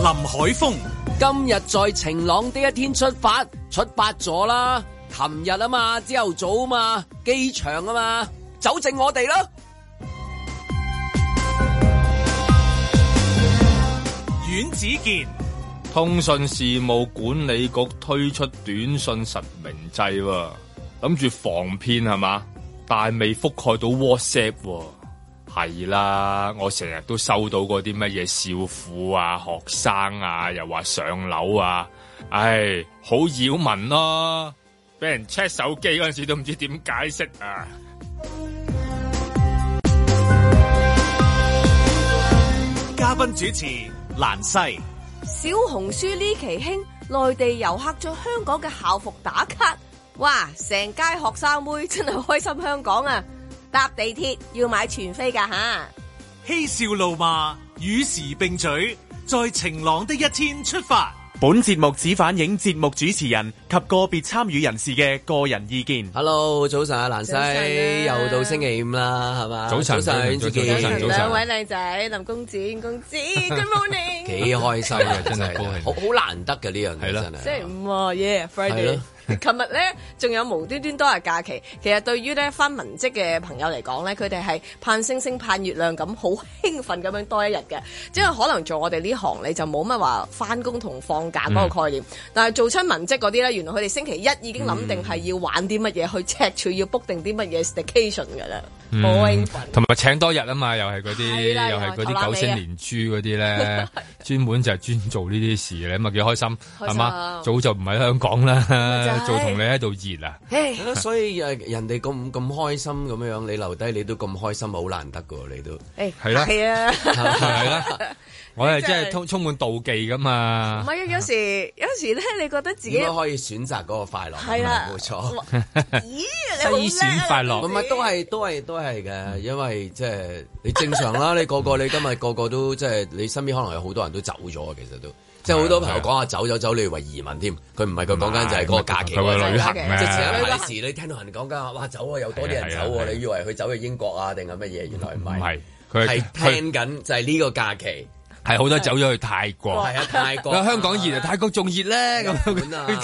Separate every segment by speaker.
Speaker 1: 海風，
Speaker 2: 今日在晴朗的一天出發，出發咗啦。琴日啊嘛，朝頭早啊嘛，機場啊嘛，走正我哋啦。
Speaker 1: 阮子健，
Speaker 3: 通訊事務管理局推出短信實名制喎，諗住防騙係嘛？但係未覆蓋到 WhatsApp 喎。係啦，我成日都收到嗰啲乜嘢少婦啊、學生啊，又話上樓啊，唉，好擾民咯、俾人 check 手機嗰陣時都唔知點解釋啊！
Speaker 1: 嘉賓主持蘭西，
Speaker 4: 小紅書呢期興內地遊客着香港嘅校服打卡，哇！成街學生妹真係開心香港啊！搭地鐵要買全飛㗎吓，
Speaker 1: 嬉笑怒罵，與時並舉，在晴朗的一天出發。
Speaker 5: 本節目只反映節目主持人及個別參與人士嘅個人意見。
Speaker 2: Hello，早晨啊，蘭
Speaker 4: 早晨
Speaker 2: 西，
Speaker 4: 啊
Speaker 2: 又到星期五啦，係嘛？
Speaker 3: 早晨
Speaker 2: 早晨，阮子健，
Speaker 3: 早晨早晨
Speaker 4: 兩位靚仔，林公子、阮公子，Good morning，
Speaker 2: 幾開心啊！真
Speaker 3: 真
Speaker 2: 係
Speaker 3: 係高興
Speaker 2: 好好難得嘅呢樣嘢
Speaker 3: 係啦
Speaker 2: 真係。
Speaker 4: 星期五喎
Speaker 2: 係
Speaker 4: ，yeah Friday
Speaker 2: 咯。
Speaker 4: 嗯 琴日咧仲有無端端多日假期，其實對於咧翻文職嘅朋友嚟講咧，佢哋係盼星星盼月亮咁，好興奮咁樣多一日嘅。即係可能做我哋呢行，你就冇乜話翻工同放假嗰個概念。但係做親文職嗰啲咧，原來佢哋星期一已經諗定係要玩啲乜嘢，去赤柱要 book 定啲乜嘢 staycation 㗎啦，
Speaker 3: 嗯
Speaker 4: 好興奮。
Speaker 3: 同埋請多日啊嘛，又係嗰啲，
Speaker 4: 係啦
Speaker 3: 又係嗰
Speaker 4: 又係
Speaker 3: 啲九星連珠嗰啲 咧，專門就係專做呢啲事嘅，咁啊幾開心
Speaker 4: 開
Speaker 3: 係
Speaker 4: 心
Speaker 3: 嘛？早就唔喺香港啦
Speaker 4: 就係，
Speaker 3: 做同你喺度熱啊！
Speaker 4: 唉
Speaker 2: 所以誒人哋咁咁開心咁樣，你留低你都咁開心，好難得嘅喎，你都。
Speaker 4: 唉
Speaker 3: 係啦
Speaker 4: 係啊。
Speaker 3: 係啦，我係
Speaker 4: 真係
Speaker 3: 真係充充滿妒忌噶
Speaker 4: 唔
Speaker 3: 嘛，
Speaker 4: 係啊，有時有時咧，你覺得自己
Speaker 2: 點解可以選擇嗰個快樂？
Speaker 4: 係啦，
Speaker 2: 嗯冇錯。
Speaker 4: 哇咦，你好叻啊
Speaker 3: 西閃快樂
Speaker 2: 唔係都係都係都係嘅，
Speaker 3: 嗯
Speaker 2: 因為即係你正常啦， 你個個你今日個個都即係你身邊可能有好多人都走咗啊，其實都即係好多朋
Speaker 3: 啊
Speaker 2: 友講下走走走，你以為移民添，佢唔係佢講緊就係嗰個假期
Speaker 3: 佢
Speaker 2: 嗰
Speaker 3: 去
Speaker 2: 陣
Speaker 3: 旅行
Speaker 4: 即
Speaker 2: 即
Speaker 4: 係
Speaker 2: 係
Speaker 4: 前
Speaker 3: 咧
Speaker 4: 一，
Speaker 2: 有時你聽到人講緊哇走啊，有多啲人走
Speaker 3: 啊係啊係
Speaker 2: 喎，
Speaker 3: 啊
Speaker 2: 你以為佢走去英國啊定係乜嘢？原來唔
Speaker 3: 唔
Speaker 2: 係，
Speaker 3: 係佢係
Speaker 2: 係
Speaker 3: 佢
Speaker 2: 聽緊就係呢個假期，
Speaker 3: 係好多走咗去泰國
Speaker 2: 係，啊泰國啊、
Speaker 3: 香港熱啊，泰國仲熱咧咁
Speaker 2: 日本啊
Speaker 3: 樣，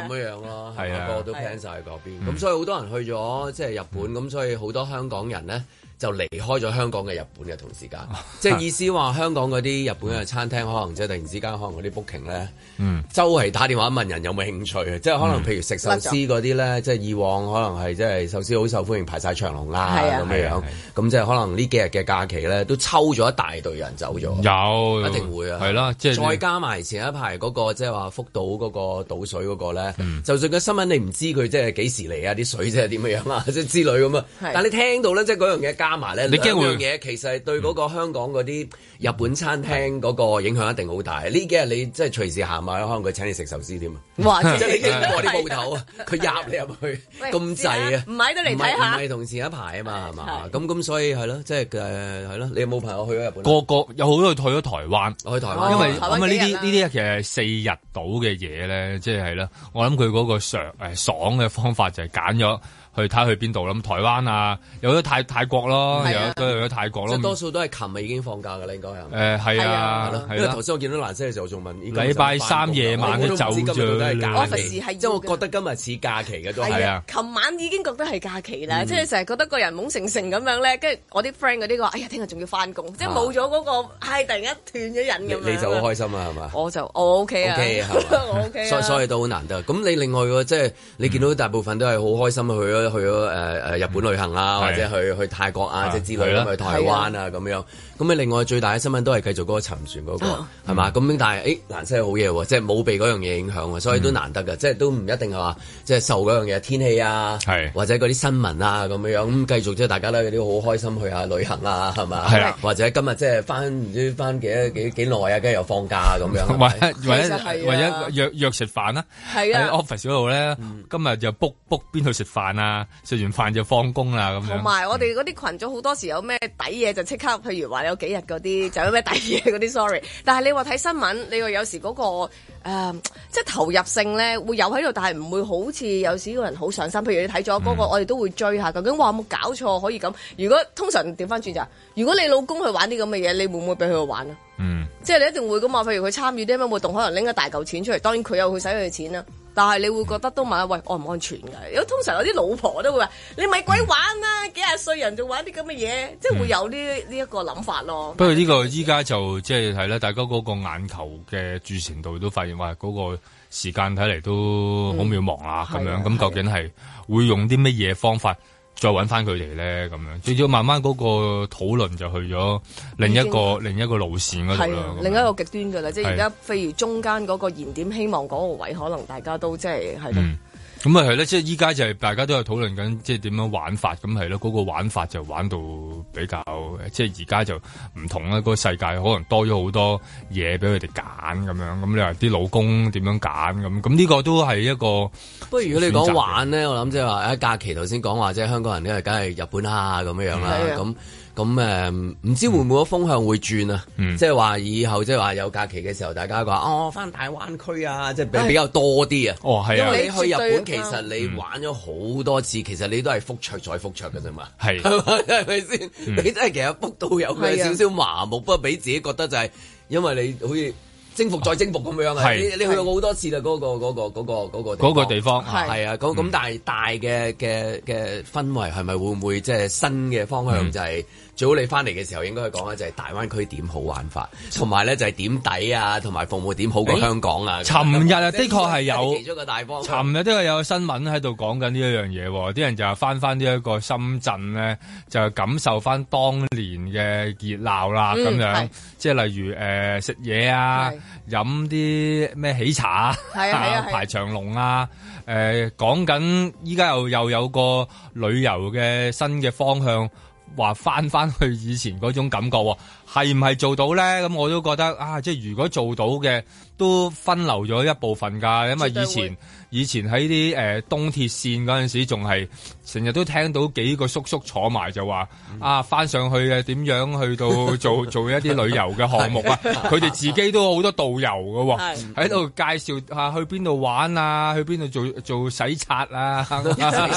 Speaker 2: 咁樣樣咯，係
Speaker 3: 係
Speaker 2: 啊
Speaker 3: 啊，
Speaker 2: 個個都 plan 晒去嗰邊，咁所以好多人去咗即係日本，咁所以好多香港人咧就離開咗香港嘅日本嘅同時間，即係意思話香港嗰啲日本嘅餐廳可能即係突然之間可能嗰啲 booking 咧，
Speaker 3: 嗯
Speaker 2: 周圍打電話問人有冇興趣啊，即係可能譬如食壽司嗰啲咧，即係以往可能係即係壽司好受歡迎，排晒長龍啦咁
Speaker 4: 係啊
Speaker 2: 樣
Speaker 3: 係
Speaker 2: 樣
Speaker 3: 啊，
Speaker 2: 咁即係可能呢幾日嘅假期咧都抽咗一大隊人走咗。
Speaker 3: 有
Speaker 2: 一定會啊，
Speaker 3: 嗯係啦，即係
Speaker 2: 再加埋前一排嗰、個即係話福島嗰個倒水嗰個咧，
Speaker 3: 嗯
Speaker 2: 就算個新聞你唔知佢即係幾時嚟啊，啲水即係點樣啊，即 係之類咁啊。
Speaker 4: 係
Speaker 2: 但你聽到咧，即係嗰樣嘢加埋咧，
Speaker 3: 你驚會
Speaker 2: 兩樣嘢其實係對嗰個香港嗰啲日本餐廳嗰個影響一定好大。
Speaker 3: 嗯
Speaker 2: 呢幾日你即係隨時行埋，可能佢請你食壽司添 啊，
Speaker 4: 哇！
Speaker 2: 即係你經過啲鋪頭啊，佢入你入去
Speaker 4: 喂
Speaker 2: 咁滯啊
Speaker 4: 唔。買都嚟
Speaker 2: 唔
Speaker 4: 睇
Speaker 2: 係唔
Speaker 4: 下，
Speaker 2: 係同前一排啊嘛，係嘛
Speaker 4: 係？
Speaker 2: 咁咁所以係咯，即係誒係咯。你有冇朋友去咗日本啊？
Speaker 3: 個個有好多去咗台灣。
Speaker 2: 我去台
Speaker 4: 哦
Speaker 2: 灣，
Speaker 3: 因為
Speaker 4: 台
Speaker 3: 因
Speaker 4: 灣
Speaker 3: 為
Speaker 4: 幾
Speaker 3: 呢
Speaker 4: 日
Speaker 3: 啲
Speaker 4: 啦
Speaker 3: 呢啲其實係四日到嘅嘢咧，即係啦，我諗佢嗰個上誒爽嘅方法就係揀咗去睇下去邊度啦，咁台灣啊，有咗泰泰國咯，
Speaker 4: 係
Speaker 3: 有
Speaker 4: 啊
Speaker 3: 都有咗泰國
Speaker 2: 即
Speaker 3: 咯
Speaker 2: 係，多數都係琴日已經放假㗎啦，應該係咪。
Speaker 3: 誒係
Speaker 2: 係
Speaker 3: 啊
Speaker 2: 咯，
Speaker 3: 係
Speaker 2: 因為
Speaker 3: 啦
Speaker 2: 頭，先我見到蘭西嘅時候，仲問咦
Speaker 3: 禮拜三夜晚
Speaker 2: 啊
Speaker 3: 都
Speaker 2: 我都唔知
Speaker 3: 走
Speaker 2: 今日到底係假期
Speaker 4: office 係要㗎
Speaker 2: 即係我覺得今日似假期嘅都係。
Speaker 4: 係
Speaker 3: 係
Speaker 4: 啊
Speaker 3: 啊！嗯
Speaker 4: 琴晚已經覺得係假期啦，即係成日覺得個人懵成成咁樣咧，跟住我啲 friend 嗰啲話：哎呀，聽日仲要翻工，即係
Speaker 3: 啊
Speaker 4: 冇咗嗰個，唉，突然間斷咗人
Speaker 2: 你
Speaker 4: 咁樣。
Speaker 2: 你就好開心啊，係嘛？
Speaker 4: 我就我 OK 啊
Speaker 2: OK 啊係嘛
Speaker 4: 我 OK 啊
Speaker 2: 所以所以都好難得。咁你另外喎，即係你見到大部分都係好開心去咗去咗誒誒日本旅行啊，或者去去泰國啊，即係之類
Speaker 3: 係
Speaker 2: 咁
Speaker 3: 啦
Speaker 2: 去台灣啊咁樣。咁你另外最大嘅新聞都係繼續嗰個沉船嗰
Speaker 4: 哦
Speaker 2: 個係嘛？咁但係誒蘭西好嘢喎，即係冇被嗰樣嘢影響喎，所以
Speaker 3: 嗯
Speaker 2: 都難得㗎。即係都唔一定係話即係受嗰樣嘢天氣啊
Speaker 3: 係，
Speaker 2: 或者嗰啲新聞啊咁樣樣。咁繼續即係大家都有啲好開心去下旅行啊，係嘛？
Speaker 3: 係啦
Speaker 2: 或者今日即係翻唔知翻幾多幾幾耐啊，跟住又放假咁樣。係
Speaker 3: 或
Speaker 2: 咪
Speaker 3: 者或
Speaker 4: 其實
Speaker 3: 者
Speaker 4: 係啊
Speaker 3: 或者約約食飯啦，
Speaker 4: 係
Speaker 3: 喺
Speaker 4: 啊，嗯
Speaker 3: office 嗰度咧，今日就 book book 邊度食飯啊，食完飯就放工啦咁
Speaker 4: 同
Speaker 3: 樣。
Speaker 4: 埋我哋嗰啲群組好多時有咩抵嘢就即刻，譬如話有幾日嗰啲就有咩抵嘢嗰啲，sorry。但係 你話睇新聞，你話有時嗰、個、呃、即係投入性咧會有喺度，但係唔會好似有時個人好上心。譬如你睇咗嗰個，我哋都會追下究竟哇有冇搞錯可以咁。如果通常調翻轉就係，如果你老公去玩啲咁嘅嘢，你會唔會俾佢去玩啊？
Speaker 3: 嗯，
Speaker 4: 即係你一定會噶嘛。譬如佢參與啲咩活動，可能拎一大嚿錢出嚟，當然佢有佢使佢嘅錢啦。但係你會覺得都問下喂安唔安全㗎？有通常有啲老婆都會話：你咪鬼玩啦、幾廿歲人仲玩啲咁嘅嘢，即係會有呢呢一個諗法咯
Speaker 3: 不。過呢個依家就即係係啦，大家嗰個眼球嘅注視度都發現話嗰個時間睇嚟都好渺茫啦咁、
Speaker 4: 嗯係啊
Speaker 3: 樣。咁究竟係會用啲乜嘢方法再揾翻佢哋咧？咁樣，最要慢慢嗰個討論就去咗另一個另一個路線嗰度
Speaker 4: 係
Speaker 3: 啦
Speaker 4: 啊
Speaker 3: 咁樣。
Speaker 4: 另一個極端㗎啦，即係而家
Speaker 3: 係
Speaker 4: 譬如中間嗰個燃點希望嗰個位，可能大家都即係係咯
Speaker 3: 嗯，咁啊係咧，即係依家就係大家都有討論緊，即係點樣玩法，咁係咯，嗰、個玩法就玩到比較，即係而家就唔同啦，個世界可能多咗好多嘢俾佢哋揀咁樣，咁你話啲老公點樣揀咁，咁呢個都係一個
Speaker 2: 不過如果你講玩咧，我諗即係話喺假期頭先講話即係香港人咧，梗係日本啊咁樣樣啦
Speaker 4: 係，啊
Speaker 2: 咁。咁誒唔知會唔會個風向會轉啊？即係話以後即係話有假期嘅時候，大家話哦翻大灣區啊，即係比比較多啲啊。
Speaker 3: 哦係
Speaker 2: 因
Speaker 3: 啊，嗯
Speaker 2: 為你去日
Speaker 4: 你絕
Speaker 2: 本
Speaker 4: 對
Speaker 2: 其實你玩咗好多次，其實你都係覆桌再覆桌嘅啫嘛。
Speaker 3: 係 嗯
Speaker 2: 係咪先？你真係其實覆到有佢
Speaker 4: 係啊
Speaker 2: 少少麻木，不過俾自己覺得就係因為你好似征服再征服咁樣啊！
Speaker 3: 係
Speaker 2: 你你去過好多次啦，嗰個嗰個嗰個嗰個
Speaker 3: 嗰個地方嗯
Speaker 4: 係
Speaker 2: 係啊，咁咁但係大嘅嘅嘅氛圍係咪會唔會即係新嘅方
Speaker 3: 嗯
Speaker 2: 向就係、最好你翻嚟嘅時候應該講啊咧，就係大灣區點好玩法，同埋咧就係點抵啊，同埋服務點好過
Speaker 3: 誒
Speaker 2: 香港啊。
Speaker 3: 尋日啊
Speaker 2: 即係
Speaker 3: 的確係有
Speaker 2: 其中一個大方向。
Speaker 3: 尋日都有新聞喺度講緊呢一樣嘢喎，啲人就係翻翻呢一個深圳咧，就係感受翻當年嘅熱鬧啦，
Speaker 4: 嗯
Speaker 3: 咁、樣
Speaker 4: 係
Speaker 3: 即係例如誒、呃食嘢啊
Speaker 4: 係，
Speaker 3: 飲啲咩喜茶
Speaker 4: 係 啊係啊係啊
Speaker 3: 排長龍啊，誒講緊依家又又有個旅遊嘅新嘅方向。話翻翻去以前嗰種感覺喎，係唔係做到咧？咁我都覺得啊，即係如果做到嘅，都分流咗一部分㗎，因為
Speaker 4: 絕對
Speaker 3: 以
Speaker 4: 會
Speaker 3: 前。以前喺啲誒東鐵線嗰陣時，仲係成日都聽到幾個叔叔坐埋就話
Speaker 2: 嗯
Speaker 3: 啊，翻上去嘅點樣去到 做做一啲旅遊嘅項目啊，佢哋自己都好多導遊嘅喎，
Speaker 4: 係
Speaker 3: 喺度介紹啊去邊度玩啊，去邊度做做洗刷啊， 係啊，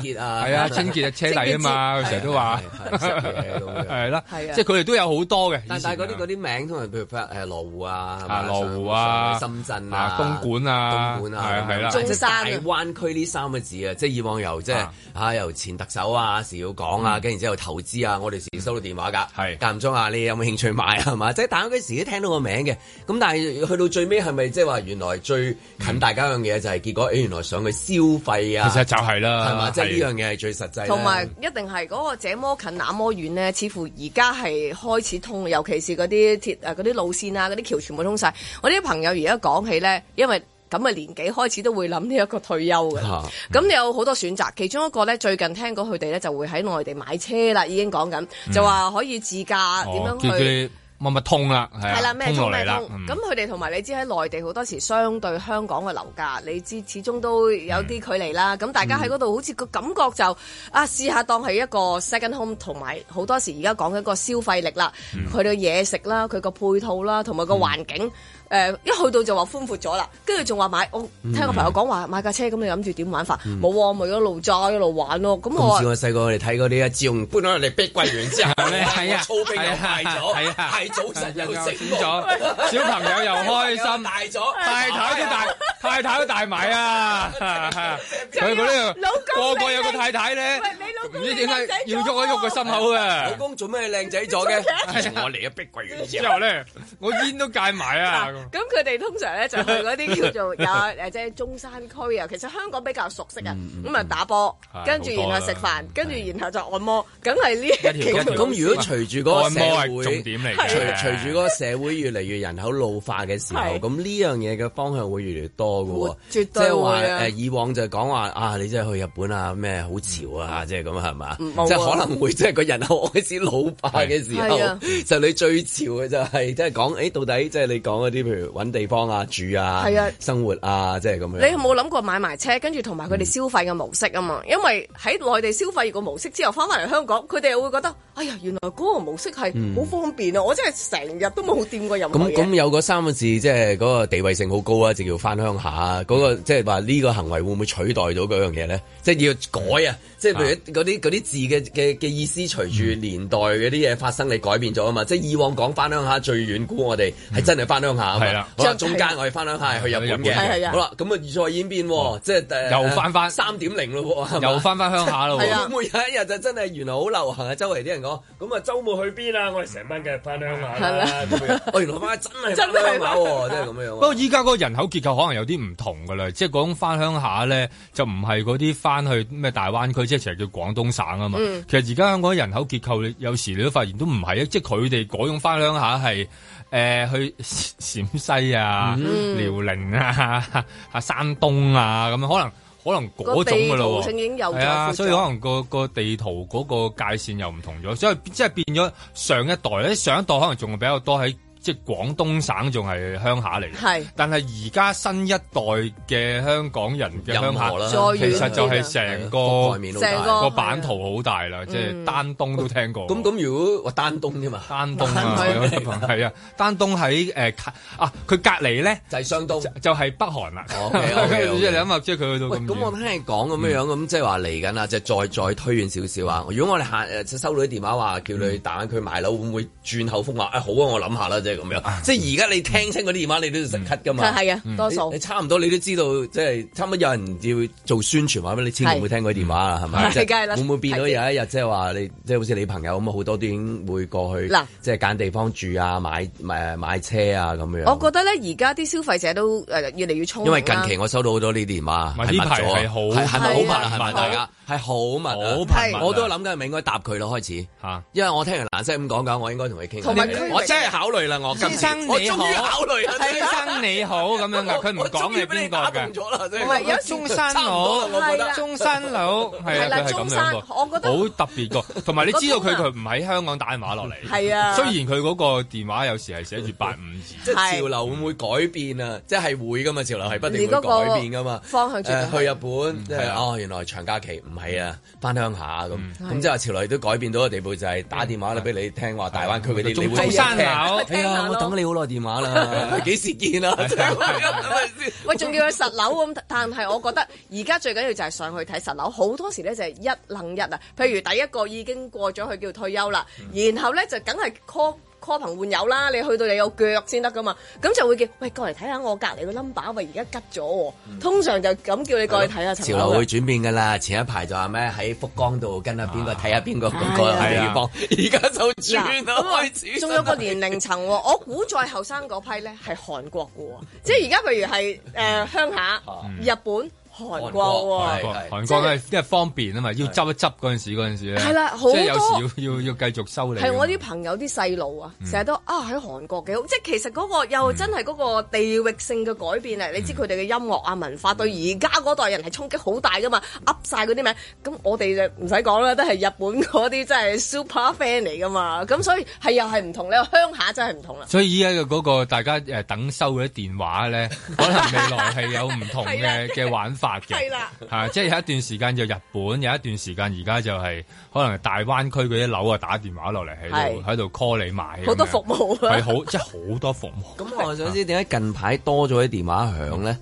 Speaker 2: 清潔啊
Speaker 3: 係啊，清潔啊， 車底啊嘛，佢成日都話
Speaker 2: 係係食 嘢咁樣
Speaker 3: 係啦
Speaker 4: 係，啊
Speaker 3: 即係佢哋都有好多嘅，啊
Speaker 2: 但但係嗰啲嗰
Speaker 3: 啲
Speaker 2: 啲名通常譬如誒羅湖啊，係咪
Speaker 3: 啊羅湖啊
Speaker 2: 上上深圳
Speaker 3: 啊
Speaker 2: 啊、
Speaker 3: 東莞啊
Speaker 2: 東莞
Speaker 3: 係
Speaker 2: 啊，
Speaker 3: 係啦
Speaker 2: 即係
Speaker 4: 中山啊
Speaker 2: 大灣區呢三個字啊，即係以往由即係
Speaker 3: 啊嗯
Speaker 2: 啊由前特首啊、時要港啊，跟然之後投資啊，我哋時收到電話㗎，
Speaker 3: 係
Speaker 2: 間唔中啊，你有冇興趣 買啊？係嘛，即係大灣區時都聽到個名嘅，咁但係去到最尾係咪即係話原來最近大家樣嘢就係結果誒原來上去消費
Speaker 3: 嗯
Speaker 2: 啊，
Speaker 3: 其實就係啦，
Speaker 2: 係嘛，即
Speaker 3: 係
Speaker 2: 係呢樣嘢係最實
Speaker 3: 啊
Speaker 2: 際啦，
Speaker 4: 同埋一定係嗰個這麼近那麼遠咧，似乎而家係開始通，尤其是嗰啲鐵誒嗰啲路線啊，嗰啲橋全部通晒。我啲朋友而家講起咧，因為咁嘅年紀開始都會諗呢一個退休嘅。
Speaker 2: 嚇
Speaker 4: 咁你有好多選擇，其中一個咧最近聽講佢哋咧就會喺內地買車啦，已經講緊就話可以自駕啊點
Speaker 3: 嗯哦
Speaker 4: 樣
Speaker 3: 叫
Speaker 4: 去。
Speaker 3: 佢乜乜通啦，係
Speaker 4: 係啦，
Speaker 3: 啊，
Speaker 4: 咩
Speaker 3: 落
Speaker 4: 通
Speaker 3: 嚟
Speaker 4: 咩
Speaker 3: 啦
Speaker 4: 通，
Speaker 3: 嗯
Speaker 4: 咁佢哋同埋你知喺內地好多時相對香港嘅樓價，你知始終都有啲距離啦。咁大家喺嗰度好似個感覺就啊，試下當係一個 second home，同埋好多時而家講緊個消費力啦，佢嘅嘢食啦，佢個配套啦，同埋個環境。誒、一去到就話寬闊咗啦，跟住仲話買，我聽個朋友講話買架車，咁你諗住點玩法？冇喎、咪一路揸一路玩咯。咁我
Speaker 2: 好
Speaker 4: 話
Speaker 2: 似我細個我哋睇嗰啲啊，自從搬咗嚟碧桂園之後
Speaker 3: 係咪係啊
Speaker 2: 操兵又快咗，
Speaker 3: 係啊
Speaker 2: 係早晨又
Speaker 3: 又
Speaker 2: 醒
Speaker 3: 醒咗，小朋友又開 心，
Speaker 2: 大咗，
Speaker 3: 太太都大，太太都大埋啊！ 佢嗰啲
Speaker 4: 老公
Speaker 3: 個個有個太太咧
Speaker 4: 喂你老，
Speaker 3: 唔
Speaker 4: 公
Speaker 3: 知點解要
Speaker 4: 啊
Speaker 3: 喐一喐個心口
Speaker 2: 老
Speaker 3: 嘅。
Speaker 2: 公做咩靚仔咗嘅？自從我嚟咗碧桂園之
Speaker 3: 之
Speaker 2: 後，
Speaker 3: 後咧，我煙都戒埋啊！咁
Speaker 4: 咁佢哋通常咧就去嗰啲叫 做有誒，即係中山區啊。其實香港比較熟悉啊，咁啊打波
Speaker 3: 嗯係，
Speaker 4: 跟住
Speaker 3: 好多
Speaker 4: 然後食
Speaker 3: 啦
Speaker 4: 飯，跟住然後就按摩，梗係呢一
Speaker 3: 一條
Speaker 2: 咁
Speaker 3: 一條
Speaker 2: 咁如果隨住嗰個
Speaker 3: 按摩
Speaker 2: 社
Speaker 3: 係
Speaker 2: 會啊
Speaker 3: 重點
Speaker 4: 啊
Speaker 3: 嚟嘅
Speaker 2: 隨隨住嗰個社會越嚟越人口老化嘅時候，
Speaker 4: 係
Speaker 2: 咁呢樣嘢嘅方向會越嚟越多多嘅喎
Speaker 4: 會，絕
Speaker 2: 即
Speaker 4: 對
Speaker 2: 係話
Speaker 4: 會啊
Speaker 2: 誒以往就講話啊，你真係去日本啊，咩好潮啊，即係咁係嘛，
Speaker 4: 嗯冇啊
Speaker 2: 即係可能會即係個人口開始老化嘅時
Speaker 4: 係
Speaker 2: 候，
Speaker 4: 啊
Speaker 2: 就你最潮嘅就係即係講誒到底即係你講嗰啲譬如揾地方啊、住啊
Speaker 4: 係啊、
Speaker 2: 生活啊，即係咁樣。
Speaker 4: 你有冇諗過買埋車，跟住同埋佢
Speaker 3: 嗯
Speaker 4: 哋消費嘅模式啊嘛？因為喺內地消費個模式之後，翻返嚟香港，佢哋又會覺得，哎呀，原來嗰個模式係
Speaker 3: 嗯
Speaker 4: 好方便啊！我真係成日都冇掂過任何
Speaker 2: 咁
Speaker 4: 嘢。
Speaker 2: 咁有嗰三個字，即係嗰個地位性好高啊，就叫翻鄉下啊。嗰、個即係話呢個行為會唔會取代到嗰樣嘢咧？即係要改啊！即係譬如嗰啲嗰啲字嘅嘅嘅意思，隨住年代嗰啲嘢發生，你改變咗啊嘛。即係以往講翻鄉下最遠古，我哋係真係翻鄉下啊
Speaker 3: 係
Speaker 2: 嘛
Speaker 3: 啦。
Speaker 2: 好啦，
Speaker 4: 就係
Speaker 2: 中間我哋翻鄉下係去日本嘅。
Speaker 3: 係
Speaker 4: 係係
Speaker 2: 好啦，咁啊再演變喎，即係誒
Speaker 3: 哦又返返
Speaker 2: 三點零咯喎，係嘛
Speaker 3: 又翻翻鄉下咯
Speaker 4: 係啊
Speaker 3: 喎，
Speaker 2: 會唔會有一日就真係原來好流行啊！周圍啲人講，咁啊周末去邊啊？我哋成班嘅翻鄉下啦，咁樣。哦，原來翻真係翻鄉下喎，真係咁樣
Speaker 3: 不
Speaker 2: 喎。
Speaker 3: 過依家嗰個人口結構可能有啲唔同噶啦，即係講翻鄉下咧，就唔係嗰啲翻去咩大灣區，即係其實叫廣東省啊嘛。
Speaker 4: 嗯
Speaker 3: 其實而家香港人口結構，你有時你都發現都唔係啊，即係佢哋嗰種翻鄉下係誒、呃去 陝西啊、
Speaker 4: 嗯
Speaker 3: 遼寧啊、 啊山東啊咁樣，可能可能嗰種噶咯
Speaker 4: 個地圖性已經有咗
Speaker 3: 係啊，
Speaker 4: 闊咗
Speaker 3: 所以可能個個地圖嗰個界線又唔同咗，所以即係變咗上一代咧，上一代可能仲比較多喺即係廣東省仲係鄉下嚟嘅。
Speaker 4: 係
Speaker 3: 但係而家新一代嘅香港人嘅鄉下，
Speaker 4: 再遠
Speaker 3: 其實就
Speaker 4: 係
Speaker 3: 係成
Speaker 2: 外
Speaker 3: 個
Speaker 2: 面好
Speaker 4: 成
Speaker 2: 大。
Speaker 4: 個
Speaker 3: 個版圖好大
Speaker 4: 嗯
Speaker 3: 啦，即係丹東都聽過。
Speaker 2: 咁咁如果話丹東啫嘛，
Speaker 3: 丹東啊，
Speaker 4: 丹東
Speaker 3: 有啲朋友係啊，丹東喺誒啊，佢隔離咧
Speaker 2: 就係雙東
Speaker 3: 就。就係北韓啦。
Speaker 2: OK，OK，OK
Speaker 3: 即係你諗下，即係佢去到
Speaker 2: 喂，
Speaker 3: 咁
Speaker 2: 咁我
Speaker 3: 遠。嗯
Speaker 2: 聽你講咁樣樣，咁即係話嚟緊啦，啊即係再再推遠少少啊！如果我哋下誒收到啲電話話叫
Speaker 3: 嗯
Speaker 2: 你去大灣區買樓，會唔會轉口風話啊好啊，我諗下啦，即係咁
Speaker 3: 啊
Speaker 2: 樣。即係而家你聽清嗰啲電話，你都要食咳噶嘛。
Speaker 4: 係係啊，多
Speaker 2: 你
Speaker 4: 數
Speaker 2: 你差唔多你都知道，即係差唔多有人要做宣傳話俾你知，會唔會聽佢電話啦？係咪？
Speaker 4: 係
Speaker 2: 即係
Speaker 4: 梗係啦
Speaker 2: 會唔會變到有一日即係話你，即係好似你朋友咁啊，好多都已經會過去
Speaker 4: 嗱，
Speaker 2: 即係揀地方住啊、買買買車啊咁樣。
Speaker 4: 我覺得啊咧，而家啲消費者都誒越嚟越聰明
Speaker 2: 因為近期
Speaker 4: 期
Speaker 2: 我收到好多呢啲電話，
Speaker 3: 咪
Speaker 2: 係密
Speaker 3: 呢排
Speaker 2: 咗啊
Speaker 3: 係好
Speaker 2: 係係咪好密啊？
Speaker 3: 密
Speaker 2: 係咪
Speaker 3: 啊
Speaker 2: 大家係好密啊
Speaker 3: 好頻密啊
Speaker 2: 我都諗緊係咪應該答佢咯開始。
Speaker 3: 嚇，
Speaker 2: 因為我聽完蘭西咁講緊，我應該同佢傾。
Speaker 4: 同埋區域
Speaker 2: 我真係考慮啦，我今次
Speaker 3: 先生你好
Speaker 2: 我終於考慮啦，真係
Speaker 3: 先生你好咁樣噶，佢唔講係邊個嘅。
Speaker 2: 嘅
Speaker 4: 唔係有時
Speaker 3: 中山佬，中山佬係
Speaker 4: 係
Speaker 3: 啊，
Speaker 4: 啦
Speaker 3: 佢係咁
Speaker 4: 中
Speaker 3: 樣
Speaker 4: 山
Speaker 3: 個，
Speaker 4: 我覺得
Speaker 3: 好特別個。同埋你知道佢
Speaker 4: 嗰
Speaker 3: 佢
Speaker 4: 種啊
Speaker 3: 唔喺香港打電話落嚟，
Speaker 4: 係啊
Speaker 3: 雖然佢嗰個電話有時係寫住八五二，
Speaker 2: 即係
Speaker 4: 係
Speaker 2: 潮流會唔會改變啊？即係會噶嘛，潮流係不斷
Speaker 4: 你嗰個
Speaker 2: 會改變噶嘛。
Speaker 4: 方向絕對
Speaker 2: 誒
Speaker 4: 係
Speaker 2: 呃去日本，即
Speaker 3: 係
Speaker 2: 係
Speaker 3: 啊
Speaker 2: 哦，原來長假期唔係啊，翻鄉下咁。咁
Speaker 4: 係
Speaker 2: 即係話潮流都改變到嘅地步，就係打電話俾你聽話大灣區
Speaker 4: 嗯
Speaker 2: 嗰啲，
Speaker 3: 中
Speaker 2: 你會
Speaker 3: 中山佬
Speaker 2: 哎
Speaker 4: 聽下
Speaker 2: 呀，
Speaker 4: 咯
Speaker 2: 我等你好耐電話 啦，幾時見啊？即係咁咪先
Speaker 4: 喂，仲要去實樓咁，但係我覺得而家最緊要就係上去睇實樓，好多時咧就係一楞一啊。譬如第一個已經過咗去叫退休啦，
Speaker 2: 嗯
Speaker 4: 然後咧就梗係 call。call 朋換友啦，你去到你有腳先得噶嘛，咁就會叫喂過嚟睇下我隔離個 number，喂而家吉咗
Speaker 2: 嗯
Speaker 4: 喎，通常就咁叫你過去睇下
Speaker 2: 潮
Speaker 4: 陳
Speaker 2: 流
Speaker 4: 樓啊
Speaker 2: 會轉變㗎啦。前一排就話咩喺福江度跟下邊個睇下邊個嗰個
Speaker 4: 啊係
Speaker 3: 啊
Speaker 2: 地方， 而家就轉啦，開始。
Speaker 4: 哦 仲有個年齡層喎，我估再後生嗰批咧係韓國嘅喎，即係而家譬如係誒、呃、鄉下、日本、韓
Speaker 2: 韓國
Speaker 4: 國喎
Speaker 2: 係。
Speaker 3: 韓哦韓國咧因為方便啊嘛，要執一執嗰陣時嗰陣時咧，
Speaker 4: 係啦好多
Speaker 3: 即係有時要要要繼續修理
Speaker 2: 啊
Speaker 3: 啊㗎嘛。
Speaker 4: 係我啲朋友啲細路啊，
Speaker 2: 嗯
Speaker 4: 成日都啊喺韓國幾好，即係其實嗰個又真係嗰個地域性嘅改變啊！
Speaker 2: 嗯
Speaker 4: 你知佢哋嘅音樂啊、文化對而家嗰代人係衝擊好大噶嘛，噏晒嗰啲名，咁我哋就唔使講啦，都係日本嗰啲真係 super fan 嚟噶嘛，咁所以係又係唔同，你話鄉下真係唔同啦。
Speaker 3: 所以依家嘅嗰個大家誒等收嗰啲電話 咧，可能未來係有唔同
Speaker 4: 係啦
Speaker 3: 嘅嘅玩法嘅，
Speaker 4: 係啦
Speaker 3: 嚇即係有一段時間就日本，有一段時間而家就係可能大灣區嗰啲樓啊打電話落嚟喺度
Speaker 4: 係
Speaker 3: 喺度 call 你買咁樣，
Speaker 4: 好多服務啊
Speaker 3: 係好即係好多服務。
Speaker 2: 咁我想知點解近排多咗啲電話響咧？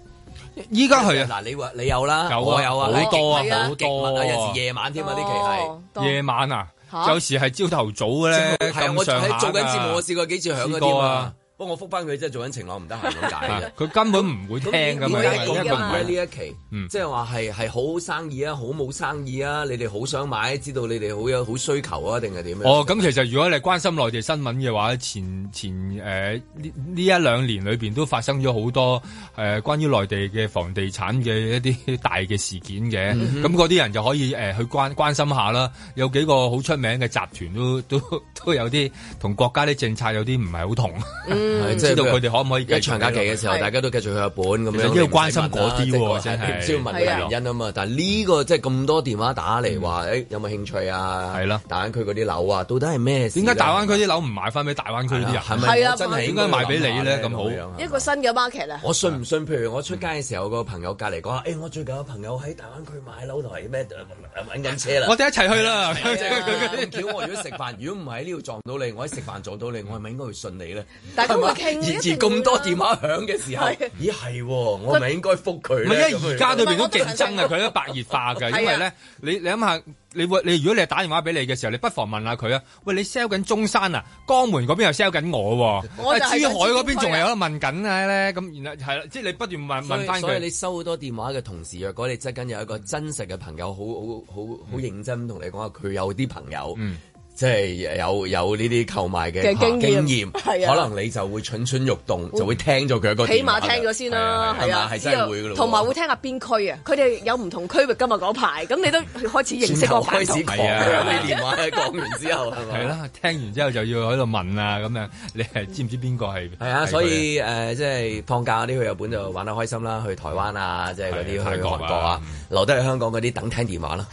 Speaker 3: 依家係啊，
Speaker 2: 嗱，你話你有啦，
Speaker 3: 有啊
Speaker 2: 我有啊，
Speaker 3: 好多啊
Speaker 2: 係啊
Speaker 3: 好多啊
Speaker 2: 極密啊，有時夜晚添啊，呢期係
Speaker 4: 哦。 多
Speaker 3: 夜晚啊，
Speaker 4: 嚇
Speaker 3: 有時係朝頭早嘅咧
Speaker 2: 係啊，我
Speaker 3: 咁上下
Speaker 2: 喺做緊節目，我
Speaker 3: 㗎
Speaker 2: 試過幾次響嗰
Speaker 3: 試
Speaker 2: 啲
Speaker 3: 過
Speaker 2: 啊
Speaker 3: 啊。
Speaker 2: 不過我覆翻佢，即 係做緊晴朗唔得閒咁解
Speaker 3: 嚇
Speaker 2: 啫。
Speaker 3: 啊佢根本唔會聽㗎嘛，
Speaker 2: 點解
Speaker 3: 因為佢
Speaker 2: 咁
Speaker 3: 唔
Speaker 2: 樣
Speaker 3: 係
Speaker 2: 咧呢一期，
Speaker 3: 嗯
Speaker 2: 即係話係係好生意啊，好冇生意啊，你哋好想買，知道你哋好有好需求啊，定係點樣？
Speaker 3: 哦，咁其實如果你關心內地新聞嘅話，前前誒呢呢一兩年裏邊都發生咗好多誒、呃、關於內地嘅房地產嘅一啲 大嘅事件嘅，
Speaker 2: 嗯
Speaker 3: 咁嗰啲人就可以誒、呃去關關心下啦。有幾 個好出名嘅集團都都都有啲同國家啲政策有啲唔係好同，
Speaker 2: 係即
Speaker 3: 知道佢
Speaker 2: 係
Speaker 3: 哋可唔可以繼續
Speaker 2: 一長假期嘅時候，
Speaker 4: 係
Speaker 2: 大家都繼續去日本咁
Speaker 3: 其實
Speaker 2: 樣，
Speaker 3: 都要關心嗰啲喎
Speaker 2: 你唔使問啦
Speaker 3: 真係
Speaker 2: 即係唔需要問個原因啊嘛。但係呢個即係咁多電話打嚟話，
Speaker 3: 嗯
Speaker 2: 誒有冇興趣啊？
Speaker 3: 係啦
Speaker 2: 大灣區嗰啲樓啊，到底係咩事咧？
Speaker 3: 點解大灣區啲樓唔賣翻俾大灣區啲人？
Speaker 2: 係
Speaker 3: 係
Speaker 2: 咪
Speaker 3: 咪？
Speaker 4: 係啊
Speaker 2: 我真係
Speaker 4: 應
Speaker 3: 該賣俾你咧咁好
Speaker 2: 樣
Speaker 4: 一個新嘅 market 啊，
Speaker 2: 我信唔信？譬如我出街嘅時候，個朋友隔離講話，誒我最近有朋友喺大灣區買樓同埋咩呃揾緊車啦。
Speaker 3: 我哋一齊去
Speaker 2: 啊
Speaker 3: 啦！
Speaker 2: 咁巧，我如果食飯，如果唔喺呢度撞到你，我喺食飯撞到你，我係咪應該會信你咧？
Speaker 4: 大家會
Speaker 2: 係嘛
Speaker 4: 傾
Speaker 2: 而
Speaker 4: 一定
Speaker 2: 而
Speaker 4: 會啦
Speaker 2: 咁多電話響嘅時候
Speaker 4: 係，
Speaker 2: 咦係喎，我係咪應該覆佢
Speaker 3: 唔
Speaker 2: 咧？
Speaker 3: 係，因
Speaker 2: 咁
Speaker 3: 為
Speaker 2: 樣
Speaker 3: 而家裏邊都競爭啊，佢都白熱化嘅。
Speaker 2: 啊
Speaker 3: 因為咧，你你諗下，你會你如果你係打電話俾你嘅時候，你不妨問下佢啊。喂，你 sell 緊中山啊，江門嗰邊又 sell 緊我
Speaker 4: 我
Speaker 3: 喎，哎
Speaker 4: 就
Speaker 3: 珠
Speaker 4: 係
Speaker 3: 海
Speaker 4: 想
Speaker 2: 啊
Speaker 3: 嗰邊仲有得問緊啊咧。咁然後係啦，即係你不斷問
Speaker 2: 所
Speaker 3: 問
Speaker 2: 以
Speaker 3: 翻
Speaker 2: 嗯所以你
Speaker 3: 佢。
Speaker 2: 收好多電話嘅同時，若果你側跟有一個真實嘅朋友，好好好好認真同你講話，佢有啲朋友，
Speaker 3: 嗯
Speaker 2: 即係有有呢啲購買嘅
Speaker 4: 嘅經驗
Speaker 2: 經驗
Speaker 4: 係啊嗯
Speaker 2: 可能你就會蠢蠢欲動，就會聽咗佢一個電話㗎。
Speaker 4: 起碼聽咗先啦，
Speaker 2: 啊係
Speaker 4: 係
Speaker 2: 啊
Speaker 4: 啊，
Speaker 2: 係真係會㗎咯喎
Speaker 4: 同埋會聽下邊區啊，佢哋有唔同區域今日嗰排，咁你都開始認
Speaker 2: 轉
Speaker 4: 識
Speaker 2: 頭
Speaker 4: 個
Speaker 2: 開
Speaker 4: 版
Speaker 2: 始
Speaker 4: 圖。
Speaker 2: 講
Speaker 3: 係啊
Speaker 2: 啲電話，講完之後係咪
Speaker 3: 係？啦，聽完之後就要喺度問啊，咁樣你係知唔知邊個係？
Speaker 2: 係啊，
Speaker 3: 係佢
Speaker 2: 所以誒、呃即係放假嗰啲去日本就玩得開心啦，去台灣啊，即係嗰啲去
Speaker 3: 係
Speaker 2: 韓
Speaker 3: 泰國啊
Speaker 2: 國啊，留低喺香港嗰啲等聽電話啦。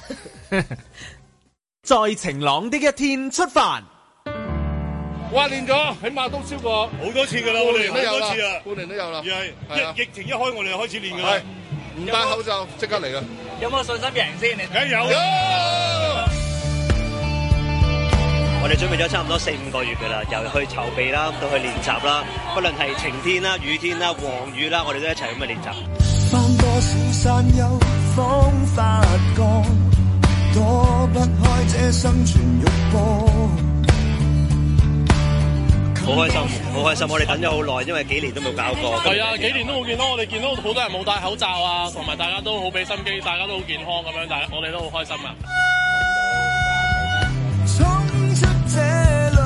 Speaker 5: 在晴朗的一天出發。
Speaker 6: 哇！練咗，起碼都超過
Speaker 7: 好多次噶啦，
Speaker 6: 半
Speaker 7: 我哋
Speaker 6: 年都
Speaker 7: 練
Speaker 6: 有
Speaker 7: 多
Speaker 6: 啦
Speaker 7: 次啦，，
Speaker 6: 半年都有啦
Speaker 7: 而，係
Speaker 6: 係啊
Speaker 7: 疫疫情一開，我哋就開始練噶
Speaker 6: 係
Speaker 7: 啦。
Speaker 6: 唔戴口罩即刻嚟噶。
Speaker 7: 梗係有啦，
Speaker 6: 有
Speaker 8: 我哋準備咗差唔多四五個月㗎啦，由去籌備啦，到去練習啦，不論係晴天啦、雨天啦、黃雨啦，我哋都一齊咁去練習。
Speaker 9: 翻多少山丘，方發覺躲不開這生存欲波。
Speaker 8: 好開心，好開心！我哋等咗好耐，因為幾年都冇搞過。
Speaker 7: 係啊，幾年都冇見到，我哋見到好多人冇戴口罩啊，同埋大家都好俾心機，大家都好健康咁樣，但係我哋都好開心啊。
Speaker 9: 衝出這裏，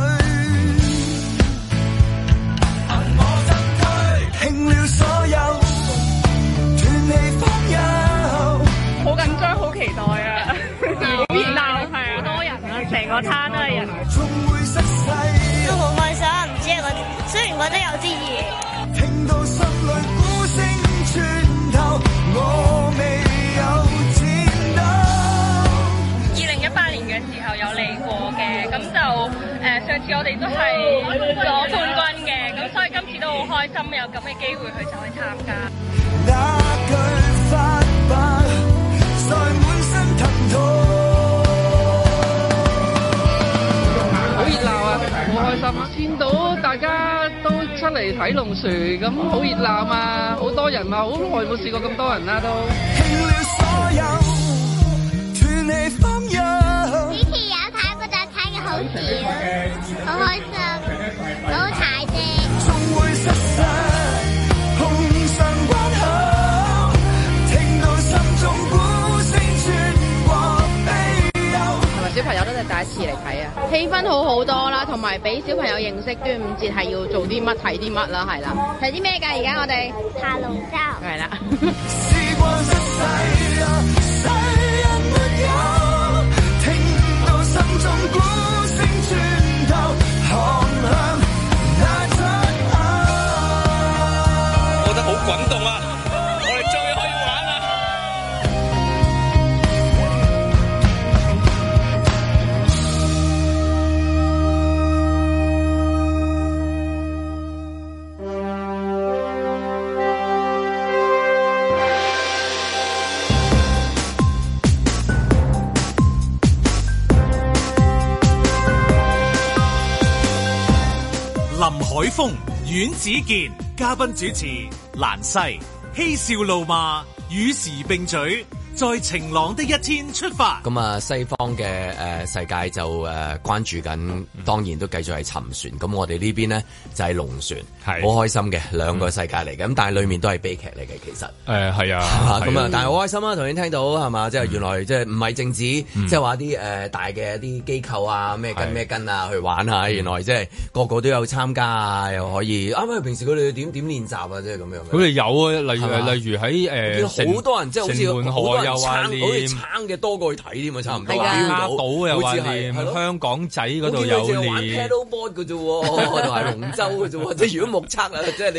Speaker 9: 拼了所有，斷氣方休。
Speaker 10: 好緊張，好期待啊！好熱鬧，係啊，多人啊，成個攤都係人。
Speaker 9: 總會失勢，
Speaker 10: 都好開心，唔知係我雖然覺得有啲熱。
Speaker 9: 聽到心裏鼓聲穿透，我未有戰鬥。
Speaker 10: 二零一八年嘅時候有嚟過嘅，咁就誒、呃上次我哋都係攞冠軍嘅，咁所以今次都好開心有咁嘅機會去就去參加。
Speaker 9: 那句發白，在滿身疼痛。
Speaker 11: 好熱鬧啊，
Speaker 9: à,
Speaker 11: 好開心啊！見到大家都出嚟睇龍船，咁好熱鬧啊，好多人啊，好耐冇試過咁多人啦、都。
Speaker 9: 拼了所有，斷氣方休。
Speaker 10: 以前有睇嗰陣睇嘅好少，好開心，好睇啫。
Speaker 9: 總會失勢，碰上關口，聽到心中鼓聲穿過悲憂。
Speaker 10: 同埋小朋友都係第一次嚟睇啊，氣氛好好多啦，同埋俾小朋友認識端午節係要做啲乜睇啲乜啦，係啦。睇啲咩㗎？而家我哋爬龍舟。係啦。
Speaker 9: 試過失勢，世人沒有，聽到心中鼓聲穿透，航向那出口。
Speaker 7: 我覺得好滾動啊！我哋終於可以玩啦！
Speaker 1: 林海峰、阮子健，嘉賓主持蘭西，嬉笑怒罵，與時並舉，在晴朗的一天出發。
Speaker 2: 咁啊，西方嘅誒、呃世界就誒、呃、關注
Speaker 3: 嗯
Speaker 2: 緊，當然都繼續係沉船。咁我哋呢邊呢，就係、龍船，
Speaker 3: 係
Speaker 2: 好開心嘅兩個世界嚟嘅。咁但係裡面都係悲劇嚟嘅，其實。
Speaker 3: 誒係
Speaker 2: 啊
Speaker 3: 啊，嗯
Speaker 2: 咁啊，但係好開心啊！頭先聽到係嘛，即係原來即係唔係淨止，即係話啲誒大嘅一啲機構啊，咩跟
Speaker 3: 係嗯
Speaker 2: 咩跟啊去玩啊，原來即係個個都有參加啊，又可以啱啱平時佢哋點點練習啊，即係咁樣嘅。
Speaker 3: 佢哋有啊，例
Speaker 2: 係嘛
Speaker 3: 如例如喺誒
Speaker 2: 見好多人即係好似好多多人
Speaker 3: 又話
Speaker 2: 撐，好似
Speaker 3: 念
Speaker 2: 撐嘅多過去睇添啊，差唔多。
Speaker 3: 係㗎
Speaker 2: 瞄
Speaker 3: 花
Speaker 2: 到
Speaker 3: 島又話
Speaker 2: 好似係
Speaker 3: 念
Speaker 2: 係咯
Speaker 3: 香港仔嗰度
Speaker 2: 我見佢淨
Speaker 3: 有
Speaker 2: 係玩
Speaker 3: 念
Speaker 2: paddleboard 嘅啫喎，同埋龍舟嘅啫喎。即係如果目測啊，即係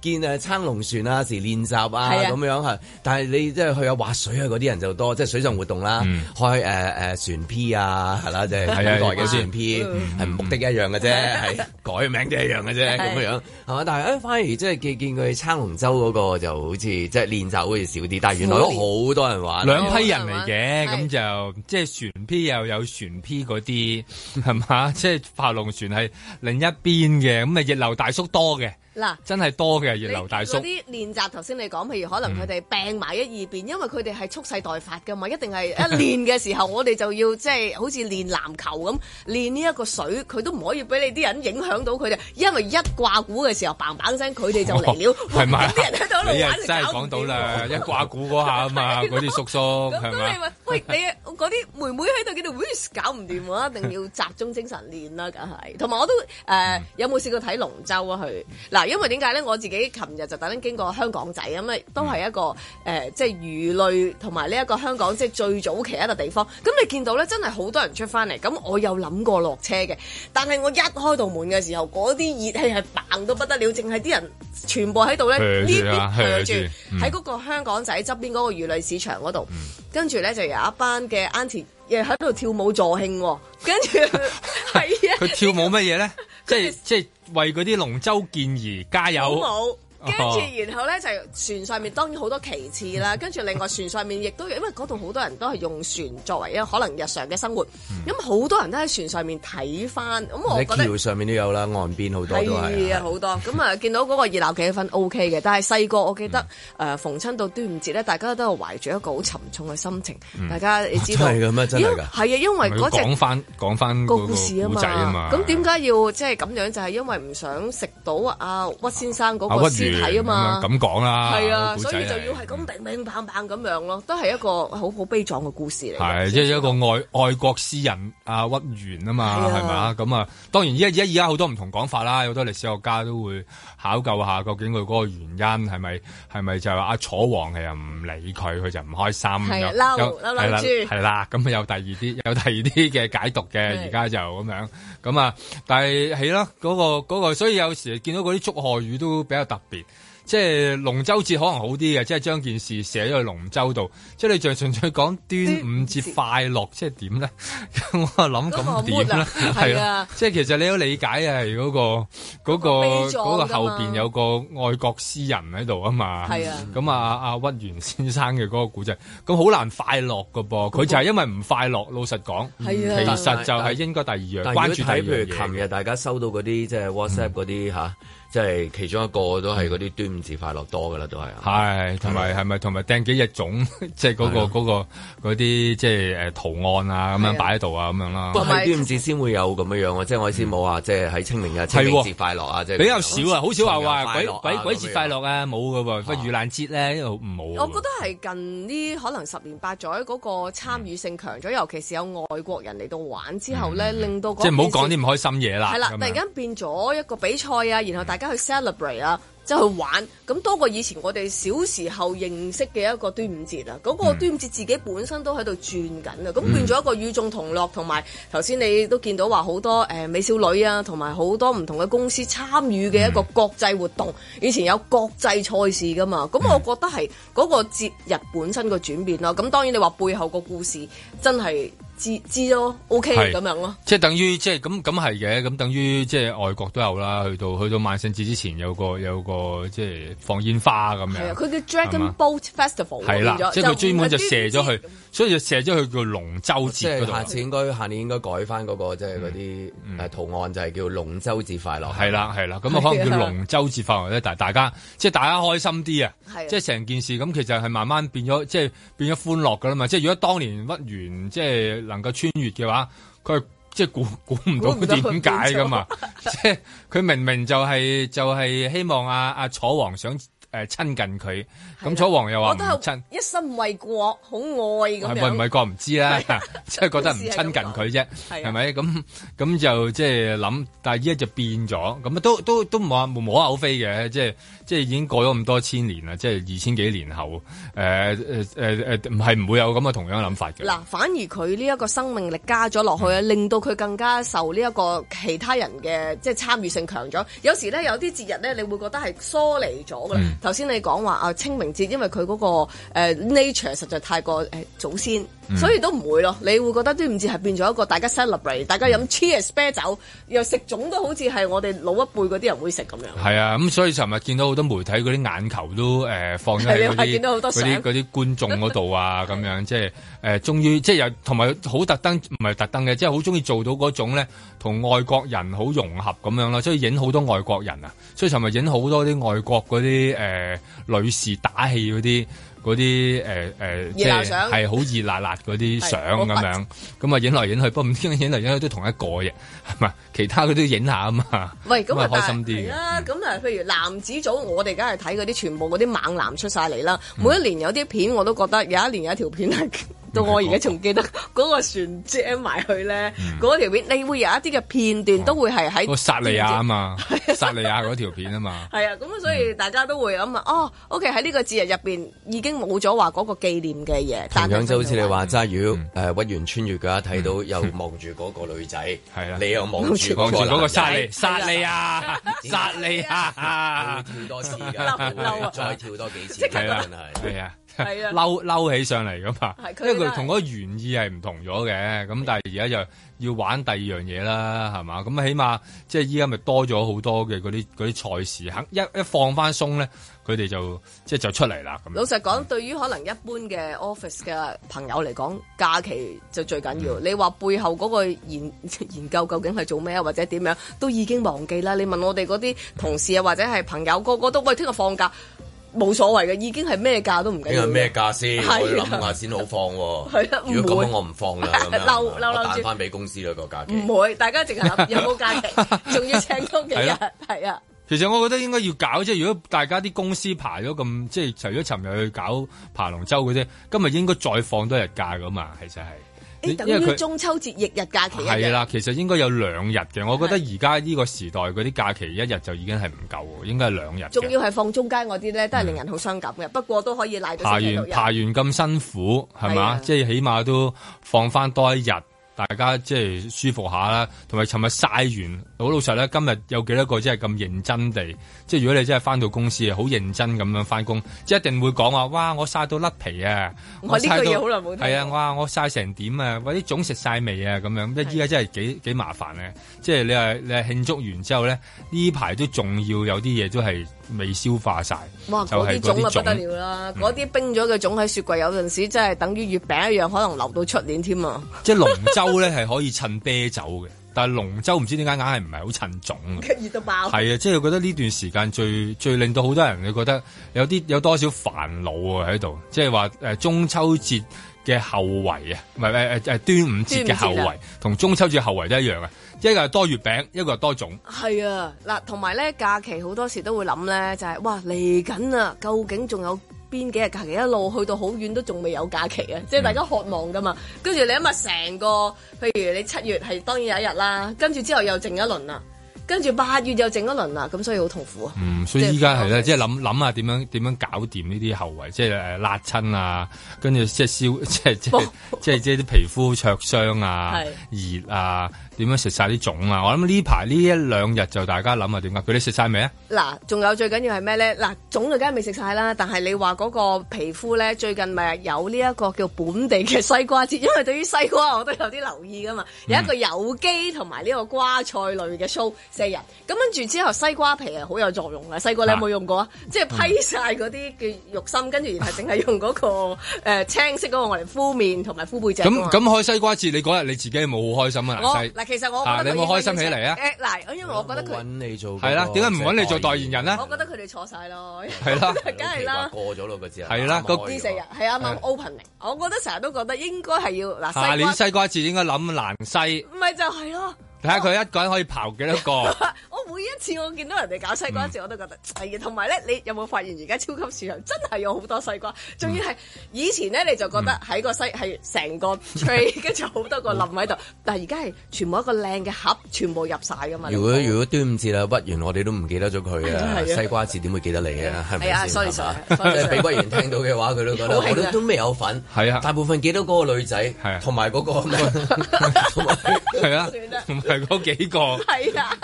Speaker 2: 你見見誒撐龍船啊，時練習啊
Speaker 3: 係啊
Speaker 2: 咁樣係。但係你即係去下滑水啊嗰啲人就多，即係水上活動啦，開誒誒船 P 啊，係啦，即係
Speaker 3: 係啊
Speaker 2: 古代嘅
Speaker 3: 嗯
Speaker 2: 船 P，係目的一樣嘅啫，係改名都一樣嘅啫，咁樣係嘛？但係誒反而即係見見佢撐龍舟嗰個就好似即係練習好似少啲，但係原來都好多人玩。
Speaker 3: 兩批人嚟嘅，咁就即係船 P 又有船 P 嗰啲，係嘛？ 即係爬龍船係另一邊嘅，咁啊熱流大叔多嘅，
Speaker 4: 嗱。
Speaker 3: 真係多嘅熱流大叔
Speaker 4: 嗰。啲練習，頭先你講，譬如可能佢哋 病埋一二邊，因為佢哋係蓄勢待發噶嘛，一定係一練嘅時候，我哋就要即係好似練籃球咁練呢一個水，佢都唔可以俾你啲人影響到佢哋，因為一掛鼓嘅時候嘭嘭聲，佢哋就 嚟了，
Speaker 3: 係咪啊
Speaker 4: 咁啲人喺度喺
Speaker 3: 你
Speaker 4: 度
Speaker 3: 又
Speaker 4: 玩就
Speaker 3: 真係
Speaker 4: 搞
Speaker 3: 講
Speaker 4: 唔
Speaker 3: 到
Speaker 4: 掂
Speaker 3: 啦，一掛鼓嗰下啊 嘛，嗰啲叔叔係
Speaker 4: 咁 你
Speaker 3: 嘛？
Speaker 4: 話喂你啊嗰啲妹妹喺度幾度 whis 搞唔掂啊，一定要集中精神練啦，梗係。同埋我都誒、呃
Speaker 3: 嗯
Speaker 4: 有冇試過睇龍舟啊？去嗱，因為點解咧？我自己琴日就特登經過香港仔咁啊，都係一個誒、
Speaker 3: 嗯
Speaker 4: 呃即係魚類同埋呢一個香港即係最早期一個地方。咁你見到咧，真係好多人出翻嚟。咁我有諗過落車嘅，但係我一開到門嘅時候，嗰啲熱氣係棒到不得了，淨係啲人全部喺度咧呢
Speaker 3: 擸住啊
Speaker 4: 邊
Speaker 3: 擸
Speaker 4: 擸
Speaker 3: 住
Speaker 4: 住
Speaker 3: 嗯
Speaker 4: 喺嗰個香港仔側邊嗰個魚類市場嗰度，跟住咧就有一班嘅 auntie 又喺度跳舞助興喎，跟住 係啊，
Speaker 3: 佢跳舞乜嘢 咧？即係即係為嗰啲龍舟健兒加油。
Speaker 4: 舞。跟住
Speaker 3: 哦，
Speaker 4: 然後咧就船上面當然好多旗
Speaker 3: 嗯
Speaker 4: 幟啦，跟住另外船上面亦都有，因為嗰度好多人都係用船作為一個可能日常嘅生活，
Speaker 3: 嗯
Speaker 4: 咁好、多人都喺船上面睇翻，咁我
Speaker 2: 喺
Speaker 4: 覺得
Speaker 2: 橋上面都有啦，岸邊好多都係
Speaker 4: 係。啊，好多咁啊，見到嗰個熱鬧氣氛 O K 嘅，但係細個我記得誒、呃逢親到端午節咧，大家都係懷住一個好沉重嘅心情，
Speaker 3: 嗯
Speaker 4: 大家你知道
Speaker 3: 真係嘅咩真係㗎
Speaker 4: 因為係啊，因為嗰
Speaker 3: 講
Speaker 4: 隻
Speaker 3: 翻講翻
Speaker 4: 個
Speaker 3: 嗰個
Speaker 4: 故事啊
Speaker 3: 故仔啊嘛
Speaker 4: 嘛，。咁點解要即係咁樣？就係、因為唔想食到啊屈先生嗰個
Speaker 3: 阿
Speaker 4: 屍
Speaker 3: 屈原
Speaker 4: 體啊嘛，
Speaker 3: 咁樣咁講啦
Speaker 4: 係
Speaker 3: 嗰
Speaker 4: 啊，
Speaker 3: 個故仔
Speaker 4: 所以就要係咁乒乒乓乓咁樣咯，都係一個好好悲壯嘅故事嚟嘅。
Speaker 3: 係即係一個愛愛國詩人啊屈原啊嘛，
Speaker 4: 係
Speaker 3: 係
Speaker 4: 啊
Speaker 3: 嘛咁啊？當然依家依家而家好多唔同講法啦，好多歷史學家都會考究下究竟佢嗰個原因係咪係咪就係話啊楚王其實唔理佢，佢就唔開心，
Speaker 4: 係啊
Speaker 3: 有
Speaker 4: 嬲
Speaker 3: 有
Speaker 4: 嬲嬲
Speaker 3: 係啦
Speaker 4: 豬
Speaker 3: 係啦，咁啊有第二啲有第二啲嘅解讀嘅，而家就咁樣咁啊，但係係咯嗰個嗰個，所以有時見到嗰啲祝賀語都比較特別。即係龍舟節可能好啲嘅，即係將件事寫咗去龍舟度。即係你就純粹講端午節快樂，即係點咧？ 我諗咁點
Speaker 4: 嗰
Speaker 3: 咧
Speaker 4: 個 mood 啊？
Speaker 3: 係
Speaker 4: 係
Speaker 3: 啦
Speaker 4: 啊，
Speaker 3: 即係其實你都理解係嗰個嗰個
Speaker 4: 悲壯㗎
Speaker 3: 嗰
Speaker 4: 嘛
Speaker 3: 個後邊有個愛國詩人喺度啊嘛。
Speaker 4: 係啊
Speaker 3: 咁啊啊啊屈原先生嘅嗰個古仔，咁好難快樂噶噃。佢就係因為唔快樂，老實講，
Speaker 2: 係
Speaker 3: 其
Speaker 2: 啊
Speaker 3: 實就係應該第二樣嗯
Speaker 2: 但係
Speaker 3: 關
Speaker 2: 如
Speaker 3: 注
Speaker 2: 果
Speaker 3: 第二
Speaker 2: 睇譬
Speaker 3: 樣
Speaker 2: 如琴
Speaker 3: 嘢。
Speaker 2: 日大家收到嗰啲即係 WhatsApp 嗰啲吓，即係其中一個都係嗰啲端午節快樂多噶啦，都係。
Speaker 3: 嗯係，同埋係咪同埋掟幾隻種， 即係嗰個嗰個嗰啲即係誒圖案啊，咁
Speaker 2: 係啊
Speaker 3: 樣擺喺度啊，咁樣啦
Speaker 2: 不。過係端午節先會有咁樣樣啊，即係我意思冇話即係喺清明啊、清明節快樂啊，即係
Speaker 3: 嗯比較少啊，好少話話
Speaker 2: 鬼
Speaker 3: 鬼
Speaker 2: 鬼
Speaker 3: 鬼鬼節快樂啊，冇㗎喎，不過盂蘭節咧冇
Speaker 4: 我
Speaker 3: 喎。
Speaker 4: 覺得係近呢可能十年八載嗰個參與性強咗，尤其是有外國人嚟到玩之後咧，令到
Speaker 3: 嗯
Speaker 4: 嗰
Speaker 3: 即係唔好
Speaker 4: 件事
Speaker 3: 講啲唔開心嘢啦。
Speaker 4: 係啦，
Speaker 3: 咁樣
Speaker 4: 突然間變咗一個比賽啊，然後大家去 celebrate 啊，即係去玩，咁多過以前我哋小時候認識嘅一個端午節啊。嗰、
Speaker 3: 嗯
Speaker 4: 個端午節自己本身都喺度轉緊啊，咁變咗一個與眾同樂，同埋頭先你都見到話好多誒、呃美少女啊，同埋好多唔同嘅公司參與嘅
Speaker 3: 嗯
Speaker 4: 一個國際活動。以前有國際賽事噶嘛，咁
Speaker 3: 嗯
Speaker 4: 我覺得係嗰個節日本身個轉變咯。咁當然你話背後個故事真係知知咯，OK
Speaker 3: 係
Speaker 4: 咁樣咯。
Speaker 3: 即係等於即係咁咁係嘅，咁等於即係外國都有啦。去到去到萬聖節之前有個有個即係放煙花咁
Speaker 4: 係啊，
Speaker 3: 樣。
Speaker 4: 佢叫
Speaker 3: 係
Speaker 4: Dragon
Speaker 3: 嘛
Speaker 4: Boat Festival
Speaker 3: 係啦
Speaker 4: 變，咗
Speaker 3: 即係佢專門就
Speaker 4: 唔係
Speaker 3: 射咗佢，所以就射咗佢叫龍舟
Speaker 2: 即
Speaker 3: 節嗰
Speaker 2: 係
Speaker 3: 度啊
Speaker 2: 下
Speaker 3: 啦。
Speaker 2: 次應該下年應該改翻嗰個即係嗰啲誒圖案，就係叫龍舟節快樂。
Speaker 3: 係啦，係啦，咁啊可能叫龍舟節快樂咧，但係大家即係大家開心啲啊
Speaker 2: 係啊，
Speaker 3: 即係成件事咁其實係慢慢變咗，即係變咗歡樂噶啦嘛。即係如果當年屈原即係能夠穿越嘅話，佢係即係估 估唔
Speaker 6: 估唔
Speaker 3: 到
Speaker 6: 到
Speaker 3: 點
Speaker 6: 佢
Speaker 3: 解噶嘛。即係佢明明就係、就係希望阿、啊、阿、楚王想。誒、誒親近佢。咁楚王又話
Speaker 4: 我
Speaker 3: 唔
Speaker 4: 都係
Speaker 3: 親，
Speaker 4: 一心為國，好愛
Speaker 3: 係
Speaker 4: 咁樣。
Speaker 3: 咪啊唔係個唔知啦
Speaker 4: 係啊，
Speaker 3: 即係覺得唔親近佢啫，
Speaker 4: 係啊
Speaker 3: 係咪？咁咁就即係諗，但係依家就變咗，咁啊都都都冇話無無可厚非嘅，即係即係已經過咗咁多千年啦，即係二千幾年後，誒誒誒誒，唔係唔會有咁嘅同樣嘅諗法嘅。
Speaker 4: 嗱，反而佢呢一個生命力加咗落去
Speaker 3: 嗯
Speaker 4: 啊，令到佢更加受呢一個其他人嘅即係參與性強咗。有時咧有啲節日咧，你會覺得係疏離咗㗎啦。
Speaker 12: 嗯
Speaker 4: 頭先、你講話啊清明節，因為佢嗰、個、呃、nature 實在太過誒、呃祖先，
Speaker 12: 嗯
Speaker 4: 所以都唔會咯。你會覺得端午節係變咗一個大家 celebrate，大家飲 cheers 啤酒，又食粽都好似係我哋老一輩嗰啲人會食咁樣。
Speaker 3: 係啊，咁所以尋日見到好多媒體嗰啲眼球都誒、呃放咗喺
Speaker 4: 係
Speaker 3: 嗰
Speaker 4: 你話
Speaker 3: 啲
Speaker 4: 見到好
Speaker 3: 嗰
Speaker 4: 多相
Speaker 3: 啲嗰啲觀眾嗰度 啊，咁樣即係誒，終於即係又同埋好特登，唔係特登嘅，即係好中意做到嗰種咧，同外國人好融合咁樣啦，所以影好多外國人啊，所以尋日影好多啲外國嗰啲呃誒女士打氣嗰啲。嗰啲誒誒，即
Speaker 4: 熱鬧
Speaker 3: 係
Speaker 4: 相
Speaker 3: 係好熱辣辣嗰啲
Speaker 4: 係
Speaker 3: 相
Speaker 4: 我
Speaker 3: 咁
Speaker 4: 發
Speaker 3: 樣，咁啊影來影去，不過唔知影嚟影去都同一個嘅，係咪？其他佢都影下啊嘛，
Speaker 4: 喂，咁啊，
Speaker 3: 開
Speaker 4: 但
Speaker 3: 心啲
Speaker 4: 係
Speaker 3: 嘅。
Speaker 2: 嗯
Speaker 4: 啦，咁啊，譬如男子組，我哋梗係睇嗰啲全部嗰啲猛男出晒嚟啦。
Speaker 2: 嗯
Speaker 4: 每一年有啲片我都覺得，有一年有一條片係 到我而家仲記得嗰個船遮埋去咧，
Speaker 2: 嗯
Speaker 4: 嗰條片你會有一啲嘅片
Speaker 2: 哦
Speaker 4: 段都會係喺
Speaker 3: 個薩利亞啊 嘛，薩利亞嗰條片啊嘛，
Speaker 4: 係啊，咁所
Speaker 2: 嗯
Speaker 4: 以大家都會咁啊，哦，OK 喺呢個節日入邊已經冇咗話嗰個紀念嘅嘢，
Speaker 2: 同
Speaker 4: 但係
Speaker 2: 樣就好啊似你話齋，如果
Speaker 3: 嗯
Speaker 2: 誒屈原穿越嘅話，睇到又望住嗰個女仔，係啦，你又望住嗰
Speaker 3: 望住嗰個
Speaker 2: 沙
Speaker 3: 薩利薩利
Speaker 4: 啊
Speaker 3: 亞薩利亞，
Speaker 2: 跳多次
Speaker 3: 嬲嬲
Speaker 2: 㗎，
Speaker 3: 啊
Speaker 2: 再跳多幾次
Speaker 3: 即刻
Speaker 2: 㗎，
Speaker 3: 嬲
Speaker 2: 真係
Speaker 3: 係啊，
Speaker 4: 係啊
Speaker 3: 嬲嬲起上嚟噶嘛
Speaker 4: 係，佢
Speaker 3: 因為佢同嗰個原意係唔同咗嘅，咁但係而家又要玩第二樣嘢啦，係嘛？咁起碼即係依家咪多咗好多嘅嗰啲嗰啲賽事，肯一一放翻鬆咧，佢哋就即係就出嚟啦咁樣。
Speaker 4: 老實講，對於可能一般嘅 office 嘅朋友嚟講，假期就最緊
Speaker 3: 嗯
Speaker 4: 要。你話背後嗰個研 研究究竟係做咩啊，或者點樣，都已經忘記啦。你問我哋嗰啲同事啊，或者係朋友，個個都喂聽日放假，冇所謂嘅，已經係咩假都唔緊
Speaker 2: 呢
Speaker 4: 要。
Speaker 2: 個咩價先？
Speaker 4: 係啊
Speaker 2: 我要諗下先好放喎。
Speaker 4: 係啊唔會
Speaker 2: 如果咁樣我唔放 啦，咁樣
Speaker 4: 嬲嬲嬲嗯
Speaker 2: 我彈
Speaker 4: 住
Speaker 2: 翻俾公司啦個價期。
Speaker 4: 唔會，大家淨係諗有冇假 期，仲要請多幾日
Speaker 3: 係咯，
Speaker 4: 係啊。
Speaker 3: 其實我覺得應該要搞，即係如果大家啲公司排咗咁，即係除咗尋日去搞爬龍舟嗰啲，今日應該再放多日假噶嘛，其實係。
Speaker 4: 誒，等於中秋節翌日假期一
Speaker 3: 係
Speaker 4: 樣。
Speaker 3: 啦，其實應該有兩日嘅。我覺得而家呢個時代嗰啲假期一日就已經係唔夠喎，應該係兩日嘅。
Speaker 4: 仲要係放中間嗰啲咧，都係令人好傷感嘅。不過都可以賴
Speaker 3: 爬
Speaker 4: 到星期六
Speaker 3: 完
Speaker 4: 日。
Speaker 3: 爬完咁辛苦係
Speaker 4: 係
Speaker 3: 嘛
Speaker 4: 啊？
Speaker 3: 即係起碼都放翻多一日，大家即係舒服下啦。同埋尋日晒完，好老實啦，今日有幾多個真係咁認真地？即係如果你真係翻到公司好認真咁樣翻工，即係一定會講話：哇！我晒到甩皮啊！
Speaker 4: 哇
Speaker 3: 晒
Speaker 4: 呢句
Speaker 3: 到
Speaker 4: 嘢好耐冇聽過
Speaker 3: 係啊！哇！我晒成點啊？或者粽食晒未啊？咁樣即係依家真係幾幾麻煩咧。即係你係你係慶祝完之後咧，呢排都仲要有啲嘢都係未消化晒。
Speaker 4: 哇！
Speaker 3: 就
Speaker 4: 嗰
Speaker 3: 係
Speaker 4: 啲種啊不
Speaker 3: 種
Speaker 4: 得了啦，
Speaker 3: 嗯
Speaker 4: 嗰啲冰咗嘅種喺雪櫃有陣時真係等於月餅一樣，可能留到出年添啊！
Speaker 3: 即係龍舟咧係可以襯啤酒嘅，但係龍舟唔知點解硬係唔係好襯粽嘅。
Speaker 4: 熱到爆，
Speaker 3: 係啊，即係覺得呢段時間最最令到好多人，你覺得有啲有多少煩惱啊喺度，即係話誒中秋節嘅後圍啊，唔係誒誒誒端午節嘅後
Speaker 4: 端午
Speaker 3: 圍
Speaker 4: 節啊，
Speaker 3: 同中秋節後圍都一樣啊，一個係多月餅，一個係多粽。
Speaker 4: 係啊，嗱，同埋咧假期好多時都會諗咧，就係、哇嚟緊啊，究竟仲有邊幾日假期？一路去到好遠都仲未有假期啊！
Speaker 3: 嗯
Speaker 4: 即係大家渴望噶嘛。跟住你諗下成個，譬如你七月係當然有一日啦，跟住之後又靜一輪啦，跟住八月又靜一輪啦，咁所以好痛苦啊！
Speaker 3: 嗯，所以依家係咧，即係諗諗下點樣點樣搞掂呢啲後遺，即係誒辣親啊，跟住即係燒， 即係即係即係即係啲皮膚灼傷啊
Speaker 9: 係、
Speaker 3: 熱啊，點樣食晒啲粽啊？我諗呢排呢一兩日就大家諗下點解佢哋食晒未啊？
Speaker 4: 嗱，仲有最緊要係咩咧？嗱，種就梗係未食晒啦，但係你話嗰個皮膚咧，最近咪有呢一個叫本地嘅西瓜節，因為對於西瓜我都有啲留意噶嘛，有一個有機同埋呢個瓜菜類嘅 show 四日，咁跟住之後西瓜皮係好有作用嘅，西瓜你有冇用過啊？即係批晒嗰啲嘅肉心，跟住然後淨係用嗰、個、呃、青色嗰個我嚟敷面同埋敷背脊㗎嘛。
Speaker 3: 咁咁開西瓜節，你嗰日你自己有冇好開心啊？
Speaker 4: 我
Speaker 3: 蘭西
Speaker 4: 嗱，其實我
Speaker 3: 啊你
Speaker 4: 覺得
Speaker 3: 有
Speaker 4: 佢
Speaker 3: 冇開心
Speaker 4: 應
Speaker 3: 起
Speaker 4: 該要
Speaker 3: 嚟啊？
Speaker 4: 請誒嗱，因為我覺得佢
Speaker 2: 你做
Speaker 3: 係啦點解唔揾你做代言人呢
Speaker 4: 我覺得佢哋錯晒咯，
Speaker 3: 係 啦
Speaker 4: 梗係啦。
Speaker 2: 過咗咯個字
Speaker 3: 係啦個
Speaker 4: 呢四日係啱啱 opening，我覺得成日都覺得應該係要嗱
Speaker 3: 下
Speaker 4: 西瓜
Speaker 3: 年，西瓜節應該諗蘭西。
Speaker 4: 唔係就係咯。
Speaker 3: 睇下佢一個人可以刨幾多 個。
Speaker 4: 我每一次我見到人哋搞西瓜一次，我都覺得係嘅。同埋咧，你有冇發現而家超級市場真係有好多西瓜？仲要係以前咧，你就覺得喺個西係成個 tray，跟住 好多個冧喺度。但係而家係全部一個靚嘅盒，全部入晒㗎嘛。
Speaker 2: 如果如果端午節啦，屈完我哋都唔記得咗佢
Speaker 4: 係啊
Speaker 2: 啊，
Speaker 4: 係啊
Speaker 2: 西瓜節點會記得你啊？係咪
Speaker 4: 係啊
Speaker 2: 先
Speaker 4: ，sorry，
Speaker 2: 係嘛
Speaker 4: sorry，sorry，
Speaker 2: 即係俾屈完聽到嘅話，佢都覺得
Speaker 4: 好興啊
Speaker 2: 我都都未有份。係啊，大部分記得嗰個女仔，同埋嗰 個咩，係
Speaker 3: 啊，同埋嗰幾個。
Speaker 4: 係啊，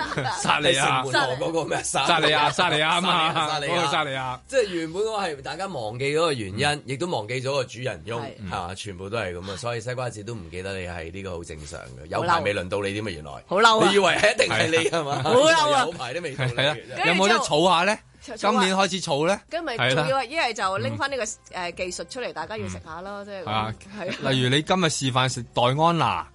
Speaker 3: 薩利亞
Speaker 2: 城門河嗰個咩？
Speaker 3: 薩利亞薩利亞啊嘛
Speaker 2: 薩利
Speaker 3: 嗰
Speaker 2: 亞
Speaker 3: 個薩利亞
Speaker 2: 即係原本我係大家忘記咗個原
Speaker 4: 嗯
Speaker 2: 因，亦都忘記咗個主人翁，係嘛？全部都係咁啊！所以西瓜節都唔記得你係呢個好正常嘅，有排未輪到你添啊！原來
Speaker 4: 好嬲啊
Speaker 2: 你以為一定係你係嘛？
Speaker 4: 好嬲啊
Speaker 2: 有排都未到你。
Speaker 3: 係啊
Speaker 4: 跟，住
Speaker 3: 有冇得
Speaker 4: 之後
Speaker 3: 儲下咧？
Speaker 4: 儲啊下
Speaker 3: 今年開始儲咧，
Speaker 4: 跟住咪
Speaker 3: 係啦
Speaker 4: 仲要啊！一係就拎翻呢個誒技術出嚟，大家要食下咯，即係咁
Speaker 3: 啊
Speaker 4: 係，啊
Speaker 3: 例如你今日示範食黛安娜，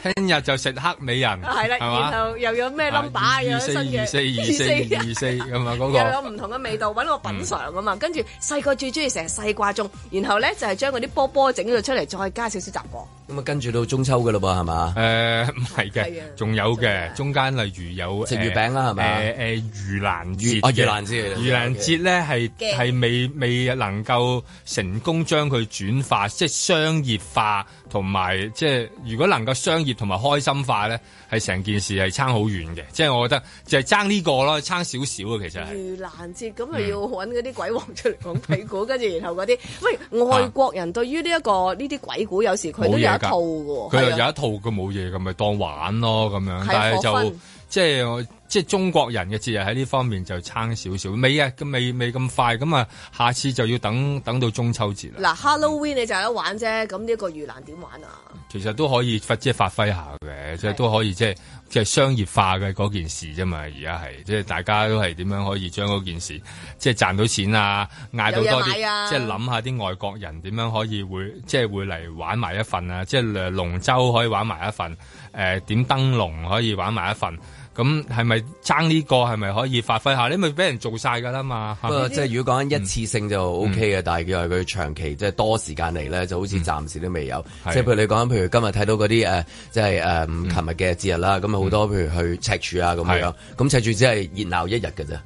Speaker 3: 聽日就食黑美人，
Speaker 4: 係啦，
Speaker 3: 係嘛
Speaker 4: 然後又有咩
Speaker 3: 啊
Speaker 4: number 又有
Speaker 3: 二
Speaker 4: 新
Speaker 3: 四
Speaker 4: 嘅
Speaker 3: 二四二四二四咁啊，嗰
Speaker 4: 又有
Speaker 3: 個嗯
Speaker 4: 唔同嘅味道，揾個品嚐啊嘛。跟住細個最中意成日西瓜盅，然後咧就係將嗰啲波波整咗出嚟，再加少少雜果。
Speaker 2: 咁啊，跟住到中秋噶嘞噃，係嘛？
Speaker 3: 誒呃唔係嘅，仲有嘅，中間例如有呃
Speaker 2: 食
Speaker 3: 誒
Speaker 2: 月餅啦係咪
Speaker 3: 誒誒盂蘭節
Speaker 2: 盂啊
Speaker 3: 嘅，
Speaker 2: 盂蘭節
Speaker 3: 盂蘭節咧係
Speaker 4: 嘅
Speaker 3: 係未未能夠成功將佢轉化，即係商業化同埋即係如果能夠商業同埋開心化咧，係成件事係差好遠嘅。即係我覺得就係爭呢個咯，差少少啊，其實係。
Speaker 4: 盂蘭節咁啊咪要揾嗰啲鬼王出嚟講鬼故，跟住然後嗰啲喂外國人對於呢一
Speaker 3: 啊
Speaker 4: 個呢啲鬼故，有時佢都有一套嘅喎。
Speaker 3: 佢又有
Speaker 4: 係啊
Speaker 3: 一套佢冇嘢咁，咪當玩咯咁樣
Speaker 4: 係。啊
Speaker 3: 但係
Speaker 4: 火
Speaker 3: 就
Speaker 4: 分
Speaker 3: 即係我即係中國人嘅節日喺呢方面就差少少，未啊，咁未未咁快，咁啊，下次就要等等到中秋節啦。
Speaker 4: 嗱 Halloween 你就有得玩啫，咁呢個盂蘭點玩啊？
Speaker 3: 其實都可以發即係發揮下嘅，即係都可以即係即係商業化嘅嗰件事啫嘛。而家係即係大家都係點樣可以將嗰件事即係賺到錢啊，嗌到
Speaker 4: 有嘢
Speaker 3: 多啲，
Speaker 4: 買啊
Speaker 3: 即係諗下啲外國人點樣可以會即係會嚟玩埋一份啊，即係誒龍舟可以玩埋一份，呃誒、點燈籠可以玩埋一份。咁係咪爭呢個係咪可以發揮下？你咪俾人做晒㗎啦嘛。
Speaker 2: 不過即係如果講緊一次性就
Speaker 3: 嗯
Speaker 2: O K 嘅，但係佢話佢長期即係多時間嚟咧，就好似暫時都未有。
Speaker 3: 嗯係嗯
Speaker 2: 即係譬如你講緊，譬如今日睇到嗰啲誒，即係誒琴日嘅節日啦，咁好多譬如去赤柱啊咁樣
Speaker 3: 係，
Speaker 2: 咁赤柱只係熱鬧一日嘅啫。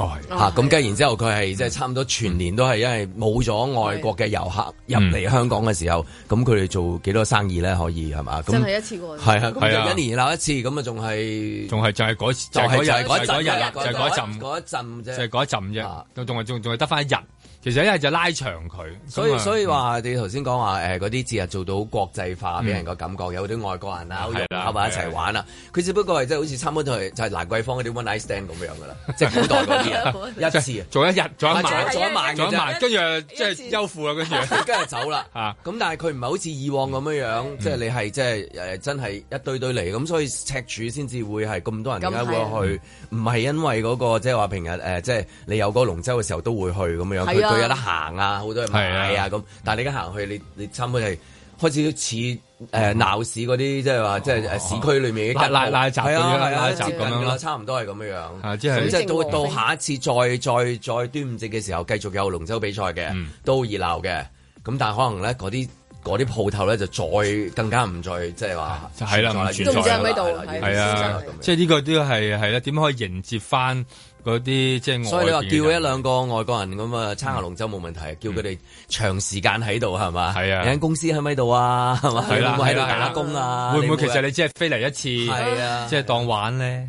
Speaker 3: 哦，
Speaker 2: 嚇咁跟然之後佢
Speaker 3: 嗯
Speaker 2: 係即係差唔多全年都係因為冇咗外國嘅遊客
Speaker 3: 嗯
Speaker 2: 入嚟香港嘅時候，咁佢哋做幾多生意咧？可以係嘛？咁
Speaker 4: 真係一次過
Speaker 2: 係啊，
Speaker 3: 係啊
Speaker 2: 咁就一年鬧一次，咁啊仲係
Speaker 3: 仲係就係嗰
Speaker 2: 就係
Speaker 3: 就係嗰日
Speaker 2: 就係
Speaker 3: 就係嗰日
Speaker 2: 嗰
Speaker 3: 啦就係嗰陣
Speaker 2: 陣嗰一陣
Speaker 3: 就
Speaker 2: 啫。啊
Speaker 3: 係嗰一陣啫，仲仲係仲仲係得翻一日。其實一係就拉長佢，
Speaker 2: 所
Speaker 3: 咁
Speaker 2: 以
Speaker 3: 啊
Speaker 2: 所以話你頭先講話誒嗰啲節日做到國際化，俾人個感覺有啲外國人啊，好融
Speaker 3: 嗯係啦
Speaker 2: 洽埋一齊玩啊。佢只不過係即係好似差唔多就係就係蘭桂坊嗰啲 one night stand 咁樣噶啦，即係古代嗰啲啊，一次啊
Speaker 3: 做一日，做一
Speaker 2: 啊
Speaker 3: 晚，
Speaker 2: 做一晚
Speaker 3: 做一
Speaker 2: 嘅
Speaker 3: 晚，
Speaker 2: 啫
Speaker 3: 跟住即係休付啦， 跟住
Speaker 2: 跟住走啦。
Speaker 3: 啊嗯
Speaker 2: 咁但係佢唔係好似以往咁樣樣，即係你係即係誒真係一堆堆嚟，咁所以赤柱先至會係咁多人
Speaker 3: 咁
Speaker 2: 點解
Speaker 3: 係啊
Speaker 2: 會去？唔係因為嗰個即係話平日誒，即係你有嗰個龍舟嘅時候都會去咁樣，佢
Speaker 3: 係啊
Speaker 2: 佢有得行啊，好多人買
Speaker 3: 係
Speaker 2: 啊
Speaker 3: 啊
Speaker 2: 咁。但係你而家行去，你你差唔多係開始似。誒鬧市嗰啲即係話，即係誒呃市區裏面嘅
Speaker 3: 拉拉拉閘
Speaker 2: 係啊
Speaker 3: 嗰啲啦
Speaker 2: 係啊
Speaker 3: 拉閘
Speaker 2: 接近
Speaker 3: 咁樣
Speaker 2: 㗎
Speaker 3: 啦
Speaker 2: 差唔多係咁樣樣。
Speaker 3: 啊即係
Speaker 2: 咁即係到到下一次再再再端午節嘅時候，繼續有龍舟比賽嘅，
Speaker 3: 嗯
Speaker 2: 都熱鬧嘅。咁但係可能咧，嗰啲嗰啲鋪頭咧就再更加唔再即係話
Speaker 3: 啊就係啦，唔存在
Speaker 4: 都唔知喺
Speaker 3: 啦
Speaker 4: 咪度係
Speaker 3: 係啊，即係呢個都係係啦，點可以迎接翻嗰啲即係外
Speaker 2: 所以你話
Speaker 3: 邊
Speaker 2: 叫
Speaker 3: 嘅
Speaker 2: 一兩個外國人咁
Speaker 3: 嗯
Speaker 2: 啊，撐下龍舟冇問題，叫佢哋長時間喺度係嘛？
Speaker 3: 係啊
Speaker 2: 你間公司喺咪度啊？係嘛？
Speaker 3: 係啦
Speaker 2: 你會唔會喺
Speaker 3: 係
Speaker 2: 度
Speaker 3: 啦係啦
Speaker 2: 打工啊？
Speaker 3: 會唔會
Speaker 2: 會
Speaker 3: 其實你只係飛嚟一次，
Speaker 2: 係啊
Speaker 3: 即係當玩咧？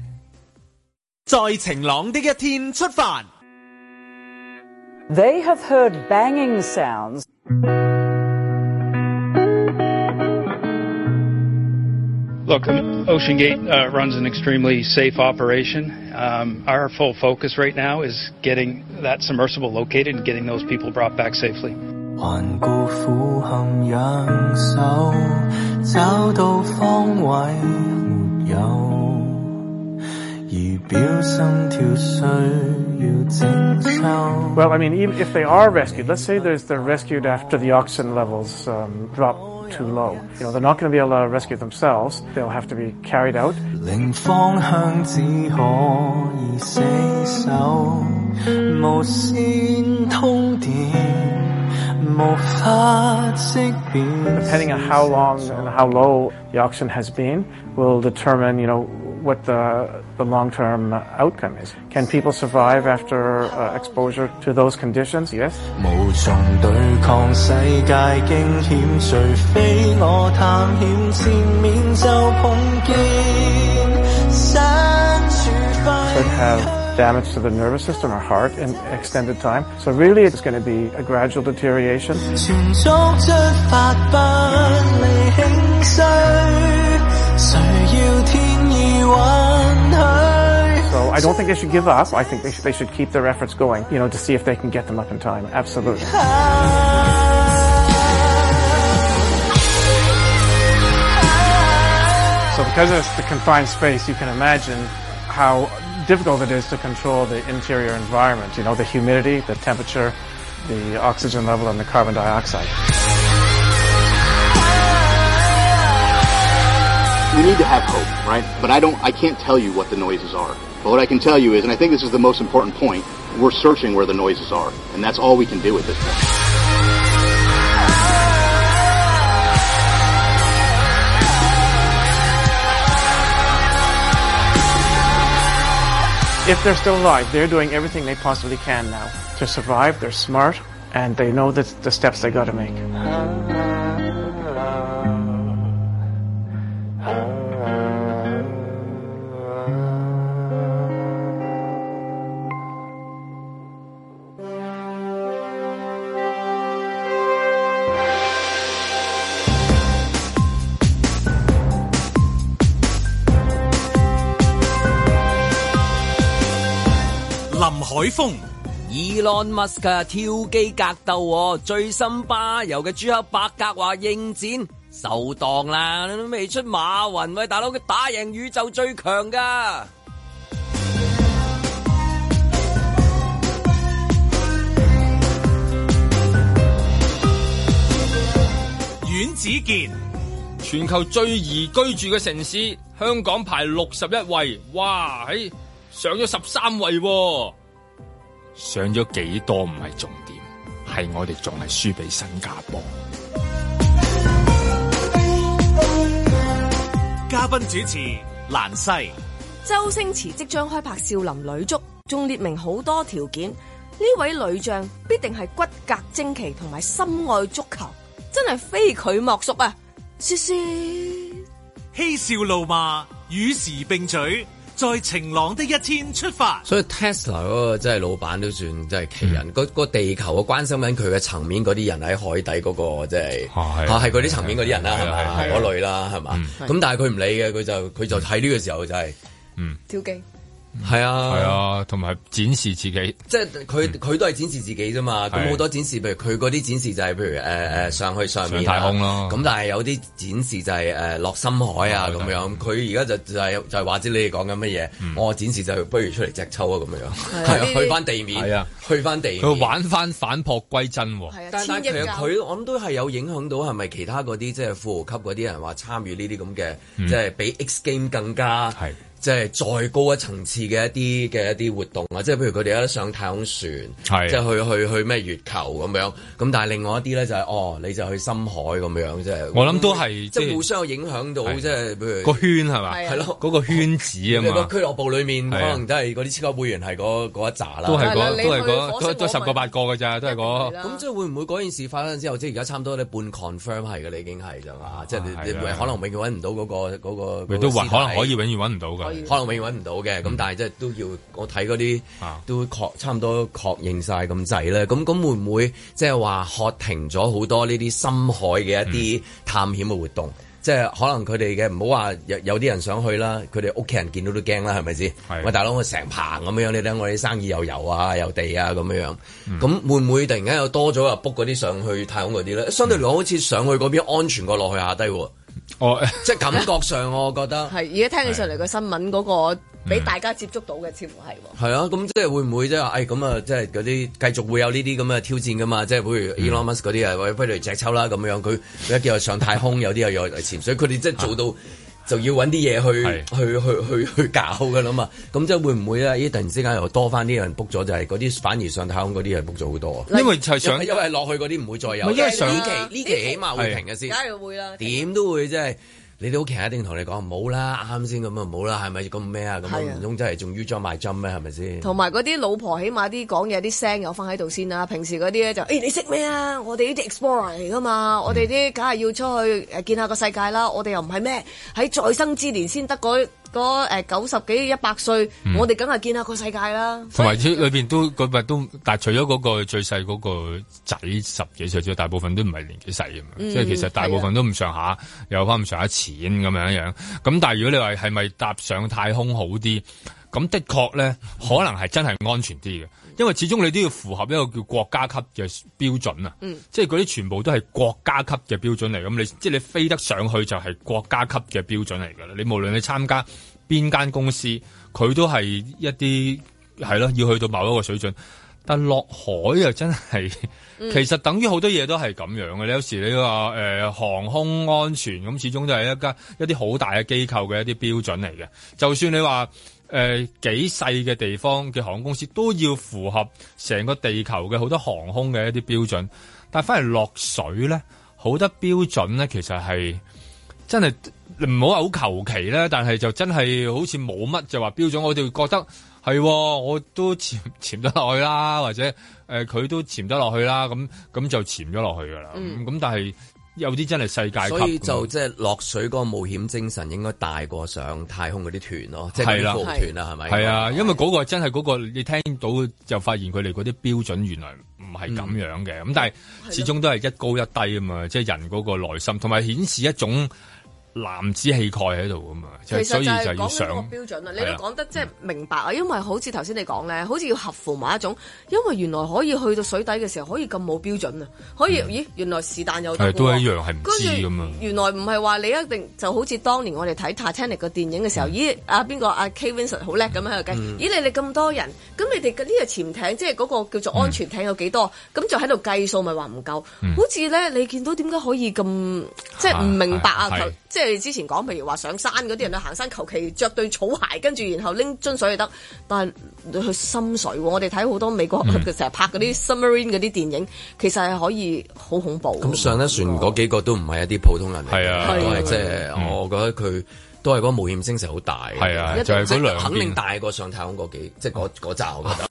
Speaker 5: 在晴朗的一天出發。
Speaker 12: They have heard banging sounds.
Speaker 13: Look, Ocean Gate uh, runs an extremely safe operation. Um, our full focus right now is getting that submersible located and getting those people brought back safely.
Speaker 14: 環顧俯瞰仰首，找到方位沒有，儀表心跳需要整修。
Speaker 15: Well, I mean, even if they are rescued, let's say there's, they're rescued after the oxygen levels um, drop too low. You know, they're not going to be able to rescue themselves. They'll have to be carried out.
Speaker 14: 零方向只可以死守，無線通電，無法識別。
Speaker 15: Depending on how long and how low the auction has been will determine, you know, what the, the long-term outcome is. Can people survive after uh, exposure to those conditions? Yes.
Speaker 14: 無從對抗世界驚險，除非我探險，前面就碰見身處快
Speaker 15: could have damage to the nervous system or heart in extended time. So really it's going to be a gradual deterioration.
Speaker 14: 全速出發，不理興衰，誰要天意允許？
Speaker 15: So I don't think they should give up. I think they should, they should keep their efforts going, you know, to see if they can get them up in time. Absolutely. So because it's the confined space, you can imagine how difficult it is to control the interior environment, you know, the humidity, the temperature, the oxygen level, and the carbon dioxide.
Speaker 16: We need to have hope, right? But I don't, I can't tell you what the noises are. But what I can tell you is, and I think this is the most important point, we're searching where the noises are, and that's all we can do at this point.
Speaker 15: If they're still alive, they're doing everything they possibly can now to survive. They're smart and they know that the steps they got to make.
Speaker 1: 林海峰、
Speaker 17: Elon Musk 啊，跳機格鬥喎，最新巴油嘅朱克伯格話應戰受當啦，都未出馬雲喂，大佬佢打贏宇宙最強噶。
Speaker 1: 阮子健、
Speaker 3: 全球最宜居住嘅城市，香港排六十一位，哇！喺上咗十三位、喎，上咗幾多唔係重點，係我哋仲係輸俾新加坡。
Speaker 1: 嘉賓主持蘭西。
Speaker 4: 周星馳即將開拍《少林女足》，仲列明好多條件。呢位女將必定係骨骼精奇同埋深愛足球，真係非佢莫屬啊！雪雪。
Speaker 1: 嬉笑怒罵，與時並舉，在晴朗的一天出發。
Speaker 2: 所以 Tesla 嗰個真係老闆都算真係奇
Speaker 17: 嗯
Speaker 2: 人，嗰、個地球啊關心緊佢嘅層面嗰啲人喺海底嗰、個即係嚇係嗰啲層面嗰啲人啦，係嘛
Speaker 4: 係係
Speaker 2: 嗰類啦，係嘛？
Speaker 4: 嗯
Speaker 2: 咁但係佢唔理嘅，佢就佢
Speaker 17: 嗯
Speaker 2: 就喺呢個時候就係
Speaker 4: 跳機。
Speaker 2: 係啊
Speaker 3: 係啊，同埋展示自己。
Speaker 2: 即係佢佢都係展示自己啫嘛，咁
Speaker 3: 嗯係嗯
Speaker 2: 好多展示，譬如佢嗰啲展示就係譬如誒誒、呃上去上面啊
Speaker 3: 上太空咯
Speaker 2: 咁但係有啲展示就係、呃落深海啊咁樣，佢而家就就係、就係話知你哋講緊乜嘢，
Speaker 3: 嗯
Speaker 2: 我展示就係不如出嚟隻抽啊咁樣，
Speaker 3: 係啊
Speaker 2: 係啊 去翻地面，
Speaker 3: 係啊
Speaker 2: 去翻地面，
Speaker 3: 佢玩翻反璞歸真喎。
Speaker 2: 但但其實佢，我諗都係有影響到，係咪其他嗰啲即係富豪級嗰啲人話參與呢啲咁嘅，
Speaker 3: 嗯
Speaker 2: 即係比 X Game 更加
Speaker 3: 啊
Speaker 2: 即係再高一層次嘅一啲嘅一啲活動啊！即係譬如佢哋有得上太空船，
Speaker 3: 係
Speaker 2: 即係去去去咩月球咁樣。咁但係另外一啲咧就係哦，你就去深海咁樣，即係
Speaker 3: 我諗都係
Speaker 2: 即
Speaker 3: 即係
Speaker 2: 係互相有影響到，
Speaker 3: 係
Speaker 2: 即係譬如
Speaker 3: 個圈係啊嘛？
Speaker 2: 係 咯。
Speaker 3: 嗰個圈子啊
Speaker 2: 你個
Speaker 3: 嘛。
Speaker 2: 俱樂部裏面
Speaker 3: 係
Speaker 2: 可
Speaker 3: 啊
Speaker 2: 能都係嗰啲超級會員係嗰嗰一紮啦，
Speaker 3: 都係嗰都係嗰都都十個八個嘅咋，都係嗰。
Speaker 2: 咁即係會唔會嗰件事發生之後，即係而家差唔多咧半 confirm 係嘅，你已經係就嘛？即係你你
Speaker 3: 係啊
Speaker 2: 可能永遠揾唔到嗰個嗰個，
Speaker 3: 亦都
Speaker 2: 嗰個
Speaker 3: 話
Speaker 2: 屍體
Speaker 3: 可能可以永遠揾唔到嘅。
Speaker 2: 可嗯能永遠揾唔到嘅。咁但係即係都要我睇嗰啲都確差唔多確認晒咁滯咧。咁咁會唔會即係話喝停咗好多呢啲深海嘅一啲探險嘅活動？即係可能佢哋嘅唔好話有有啲人想去啦，佢哋屋企人見到都驚啦，係咪先？喂，大佬我成棚咁樣，你睇我啲生意又油啊，又地啊咁樣樣，咁、會唔會突然間又多咗啊 book 嗰啲上去太空嗰啲咧？相對嚟講，好似上去嗰邊安全過落去下低喎。
Speaker 3: 哦，
Speaker 2: 即係感覺上，我覺得。
Speaker 4: 係嗯而家聽起上嚟個新聞嗰個俾大家接觸到嘅，似乎係喎。
Speaker 2: 係啊，咁即係會唔會即係話，誒咁啊，即係嗰啲繼續會有呢啲咁嘅挑戰噶嘛？即係譬如 Elon Musk 嗰啲啊，喂，不如隻抽啦咁樣，佢佢一叫佢上太空，有啲又又嚟潛水，佢哋即係做到。就要揾啲嘢去去去去去搞㗎啦嘛。咁即係會唔會啊？咦，突然之間又多翻啲人 book 咗，就係嗰啲反而上太空嗰啲人 book 咗好多啊。
Speaker 3: 因為就係上
Speaker 2: 因為落去嗰啲唔會再有。
Speaker 3: 唔係因為上
Speaker 2: 呢期呢期起碼會停嘅先
Speaker 4: 梗。係會啦。
Speaker 2: 點都會即係。你哋屋企啊人一定同你講唔好啦，啱先咁啊唔好啦，係咪咁咩啊？咁
Speaker 4: 係啊
Speaker 2: 唔通真係仲 U 裝賣針咩？係咪先？
Speaker 4: 同埋嗰啲老婆，起碼啲講嘢啲聲有翻喺度先啦。平時嗰啲咧就，誒、嗯你識咩啊？我哋呢啲 explorer 嚟噶嘛，我哋啲梗係要出去誒見下個世界啦。我哋又唔係咩喺在生之年先得嗰嗰誒九十幾一百歲，
Speaker 3: 嗯
Speaker 4: 我哋梗係見下個世界啦。
Speaker 3: 同埋佢裏邊都嗰咪都，但係除咗嗰個最細嗰個仔十幾歲之外，大部分都唔係年紀細嘅嘛，
Speaker 18: 嗯
Speaker 3: 即係其實大部分都唔上下，有翻唔上下錢咁樣樣。咁但係如果你話係咪搭上太空好啲？咁的確咧，可能係真係安全啲嘅，因為始終你都要符合一個叫國家級嘅標準啊。
Speaker 4: 嗯
Speaker 3: 即係嗰啲全部都係國家級嘅標準嚟，咁你即係你飛得上去就係國家級嘅標準嚟㗎啦。你無論你參加邊間公司，佢都係一啲係咯，要去到某一個水準。但落海又真係，
Speaker 18: 嗯
Speaker 3: 其實等於好多嘢都係咁樣嘅。你有時你話誒、呃航空安全咁，始終都係一間一啲好大嘅機構嘅一啲標準嚟嘅。就算你話誒幾細嘅地方嘅航空公司，都要符合成個地球嘅好多航空嘅一啲標準。但反而落水咧，好多標準咧，其實係。真係唔好話好求其啦，但係就真係好似冇乜就話標準，我哋覺得係、喎，我都潛潛得落去啦，或者誒佢、都潛得落去啦，咁咁就潛咗落去噶啦。咁、
Speaker 2: 嗯
Speaker 3: 但係有啲真係世界級咁，
Speaker 2: 所以就即係落水嗰個冒險精神應該大過上太空嗰啲團咯，即係
Speaker 3: 係
Speaker 2: 嗰
Speaker 3: 啦
Speaker 2: 啲團啦，係咪？
Speaker 3: 係啊，因為嗰個真係嗰、個你聽到就發現佢哋嗰啲標準原來唔係咁樣
Speaker 4: 嗯
Speaker 3: 嘅，咁、但係始終都係一高一低啊嘛，即係人嗰個內心，同埋顯示一種男子氣概喺度啊嘛，即係
Speaker 4: 其
Speaker 3: 所
Speaker 4: 實
Speaker 3: 以
Speaker 4: 就
Speaker 3: 就
Speaker 4: 係
Speaker 3: 要
Speaker 4: 講緊嗰
Speaker 3: 上
Speaker 4: 個標準啦，啊你
Speaker 3: 係啦啊
Speaker 4: 都講得即係明白啊，因為好似頭先你講咧，好似要合乎某一種，因為原來可以去到水底嘅時候可以咁冇標準啊，可以咦原來是但有
Speaker 3: 嗯
Speaker 4: 得
Speaker 3: 係哎都係
Speaker 4: 喎
Speaker 3: 一樣係唔知咁啊。
Speaker 4: 原來唔係話你一定就好似當年我哋睇 Titanic 個電影嘅時候，咦啊邊個啊 K Vincent 好叻咁喺度計，
Speaker 3: 嗯
Speaker 4: 咦你哋咁多人，咁你哋嘅呢個潛艇即係嗰個叫做安全艇有幾多？咁就喺度計數，咪話唔夠。
Speaker 3: 嗯啊
Speaker 4: 好似咧，你見到點解可以咁即係唔明白啊
Speaker 3: 係？係
Speaker 4: 求即係之前講，譬如話上山嗰啲人去行山，求其着對草鞋，跟住然後拎樽水就得，但係你去深水喎。我哋睇好多美國
Speaker 2: 嗯
Speaker 4: 佢成日拍嗰啲 submarine 嗰啲電影，其實係可以好恐怖㗎。
Speaker 2: 咁上得船嗰幾個都唔係一啲普通人嚟嘅，
Speaker 3: 係啊
Speaker 2: 都係
Speaker 3: 係
Speaker 2: 即係我覺得佢都係嗰個冒險精神好大嘅，
Speaker 3: 係啊
Speaker 2: 即
Speaker 3: 就係嗰兩邊哦
Speaker 2: 肯定大過上太空嗰幾，即係嗰嗰扎我 覺得。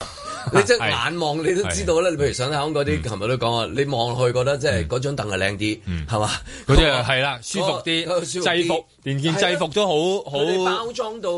Speaker 2: 你即係眼望你都知道啦，你譬如上太空嗰
Speaker 3: 嗯
Speaker 2: 啲，琴日都講啊，你望落去覺得即係嗰張凳係靚啲，係嘛？
Speaker 3: 嗯嗰啲啊係啦，舒服
Speaker 2: 嗰個舒
Speaker 3: 啲，
Speaker 2: 服啲
Speaker 3: 制服連件制服都好
Speaker 2: 佢哋
Speaker 3: 好
Speaker 2: 包裝到。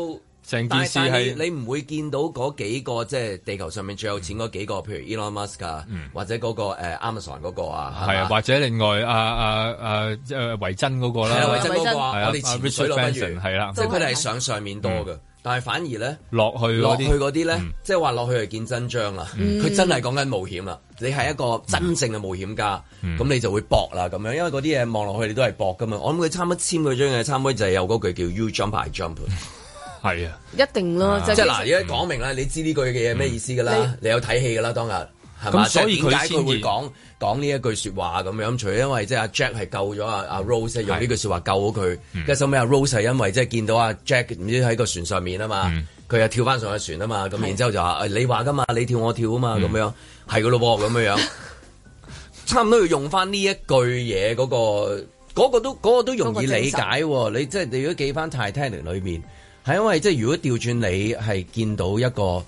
Speaker 3: 成件
Speaker 2: 但
Speaker 3: 事
Speaker 2: 但
Speaker 3: 係
Speaker 2: 你你唔會見到嗰幾個即係地球上面最有錢嗰幾個，譬如 Elon Musk 啊，或者嗰個誒 Amazon 嗰個啊，係
Speaker 3: 嗯係啊，
Speaker 2: 嘛
Speaker 3: 或者另外啊啊啊誒維珍嗰個啦，
Speaker 2: 係啊，維珍嗰個
Speaker 3: 係
Speaker 2: 啊
Speaker 3: 啊
Speaker 2: 我哋潛水落不
Speaker 3: Richard
Speaker 2: 如
Speaker 3: Branson，係啊啦，
Speaker 2: 即係佢哋係上上面多嘅，但係反而咧
Speaker 3: 落去
Speaker 2: 落
Speaker 3: 嗰
Speaker 2: 去
Speaker 3: 啲
Speaker 2: 嗰啲咧，即係話落去係見真章啦，
Speaker 3: 嗯
Speaker 2: 佢真係講緊冒險啦，你係一個真正嘅冒險家，
Speaker 3: 嗯
Speaker 2: 咁你就會搏啦咁樣，因為嗰啲嘢望落去你都係搏噶嘛，我諗佢差唔多簽嗰張嘢，差唔多就係有嗰句叫 You jump I jump，
Speaker 3: 係啊。
Speaker 4: 一定啦，
Speaker 2: 即
Speaker 4: 就
Speaker 2: 係嗱，而家講明啦，你知呢句嘅嘢咩意思㗎啦
Speaker 4: 嗯，
Speaker 2: 你有睇戲㗎啦，當日係嘛？
Speaker 3: 咁所以
Speaker 2: 即係點解
Speaker 3: 佢先
Speaker 2: 佢會
Speaker 3: 至
Speaker 2: 講講呢一句説話咁樣？除咗因為即係阿 Jack 係救咗阿阿 Rose，用呢句説話救咗佢，
Speaker 3: 嗯
Speaker 2: 跟住後尾阿 Rose 係因為即係見到阿 Jack 唔知喺個船上面啊嘛，
Speaker 3: 嗯
Speaker 2: 佢又跳翻上去船啊嘛，咁然之後就話哎你話㗎嘛，你跳我跳啊嘛，咁樣係㗎咯喎，咁 樣樣。差唔多要用翻呢一句嘢嗰、個嗰、個都嗰、個都容易理解喎。你即係你如果記翻 Titanic 裏面，係因為即係如果調轉你係見到一個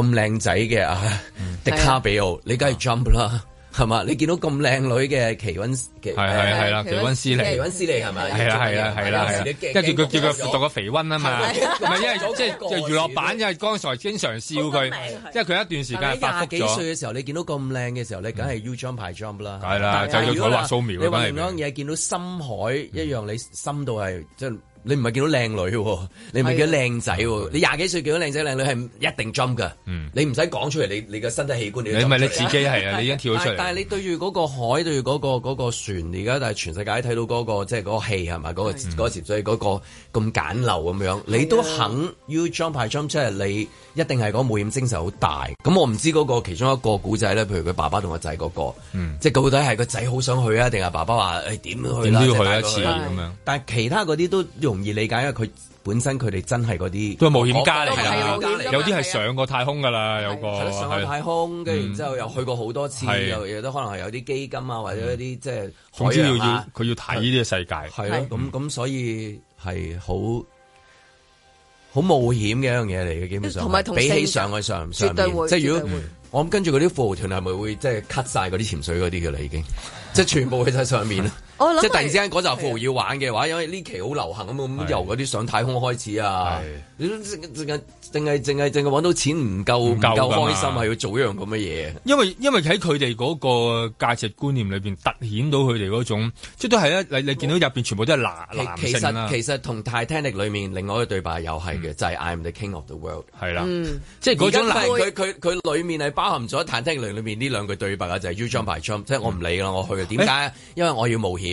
Speaker 2: 咁靚仔嘅啊迪卡比奧，你梗係 jump 啦。係嘛？你見到咁靚女嘅奇温奇係
Speaker 3: 係
Speaker 4: 啊
Speaker 3: 係啦奇溫斯利
Speaker 2: 奇温斯利係啊咪？
Speaker 3: 係啦係啦係啦係啦，即係叫佢叫佢讀個肥温啊嘛，
Speaker 2: 係啊
Speaker 3: 唔係因為
Speaker 2: 早
Speaker 3: 即係
Speaker 2: 過
Speaker 3: 娛樂版，因為剛才經常笑佢，即係佢一段時間係發
Speaker 2: 但
Speaker 3: 福
Speaker 2: 係你廿幾
Speaker 3: 咗。
Speaker 2: 歲嘅時候，你見到咁靚嘅時候，你梗係 U jump 排 jump 啦。
Speaker 3: 梗係啦就
Speaker 2: 但
Speaker 3: 算佢
Speaker 2: 如果
Speaker 3: 畫素描
Speaker 2: 你
Speaker 3: 梗係
Speaker 2: 話另外一樣嘢見到深海一樣，你深到係即係你唔係見到靚女喎，你唔係見到靚仔喎。你廿幾歲見到靚仔靚女係一定 jump 㗎。你唔使講出嚟，你你個身體器官你都
Speaker 3: 你
Speaker 2: jump
Speaker 3: 咪你
Speaker 2: 出嚟
Speaker 3: 自己係啊你已經跳咗出嚟
Speaker 2: 但但係你對住嗰個海，對住嗰個嗰個船，而家但係全世界都睇到嗰個即係嗰個戲係咪？嗰個嗰個潛水嗰個咁簡陋咁樣，你都肯 U jump 排 jump，即係你一定係嗰個冒險精神好大。咁我唔知嗰個其中一個古仔咧，譬如佢爸爸同個仔嗰個。即係到底係個仔好想去啊，定係爸爸話誒點去啦？
Speaker 3: 嗯點都要去一
Speaker 2: 即係帶佢
Speaker 3: 次咁樣。
Speaker 2: 但係其他嗰啲都容易理解，因為佢本身佢哋真係嗰啲
Speaker 3: 都係冒險家嚟
Speaker 2: 係啦冒險
Speaker 3: 㗎，
Speaker 2: 家嚟
Speaker 3: 有啲係上過太空㗎啦，有個
Speaker 2: 係啦上過太空，跟住然之後又去過好多次，
Speaker 3: 嗯係
Speaker 2: 又亦都可能係有啲基金啊，或者一啲即係
Speaker 3: 總之
Speaker 2: 海
Speaker 3: 要
Speaker 2: 洋
Speaker 3: 要
Speaker 2: 啊
Speaker 3: 佢要睇呢個世界，
Speaker 2: 係咯，咁咁所以係好好冒險嘅一樣嘢嚟嘅，基本上
Speaker 4: 同埋同
Speaker 2: 比起
Speaker 4: 性
Speaker 2: 上去上
Speaker 4: 絕
Speaker 2: 上
Speaker 4: 對
Speaker 2: 面
Speaker 4: 會，
Speaker 2: 即係如果
Speaker 4: 絕對會
Speaker 2: 我諗跟住嗰啲富豪團係咪會即係 cut 晒嗰啲潛水嗰啲嘅啦，已經即係全部去晒上面啦。
Speaker 4: 我諗係
Speaker 2: 即係突然之間嗰集富豪要玩嘅話，因為
Speaker 4: 啊
Speaker 2: 呢期好流行咁咁，由嗰啲上太空開始啊，你都淨淨係淨係淨係淨係揾到錢唔夠
Speaker 3: 夠
Speaker 2: 唔
Speaker 3: 㗎
Speaker 2: 夠
Speaker 3: 嘛
Speaker 2: 開心，係要做一樣咁嘅嘢。
Speaker 3: 因為因為喺佢哋嗰個價值觀念裏邊凸顯到佢哋嗰種，即係都係一你你見到入邊全部都係男男
Speaker 2: 其
Speaker 3: 性啊啦
Speaker 2: 實其實同 Titanic 裡面另外一個對白又係嘅，就係 I'm the king of the world。
Speaker 3: 係啦
Speaker 4: 嗯
Speaker 2: 即係嗰種
Speaker 4: 而家會
Speaker 2: 佢佢佢裡面係包含咗 Titanic 裡面呢兩句對白啊，就係 You jump I jump，即係我唔理啦，我去啊點解？因為我要冒險，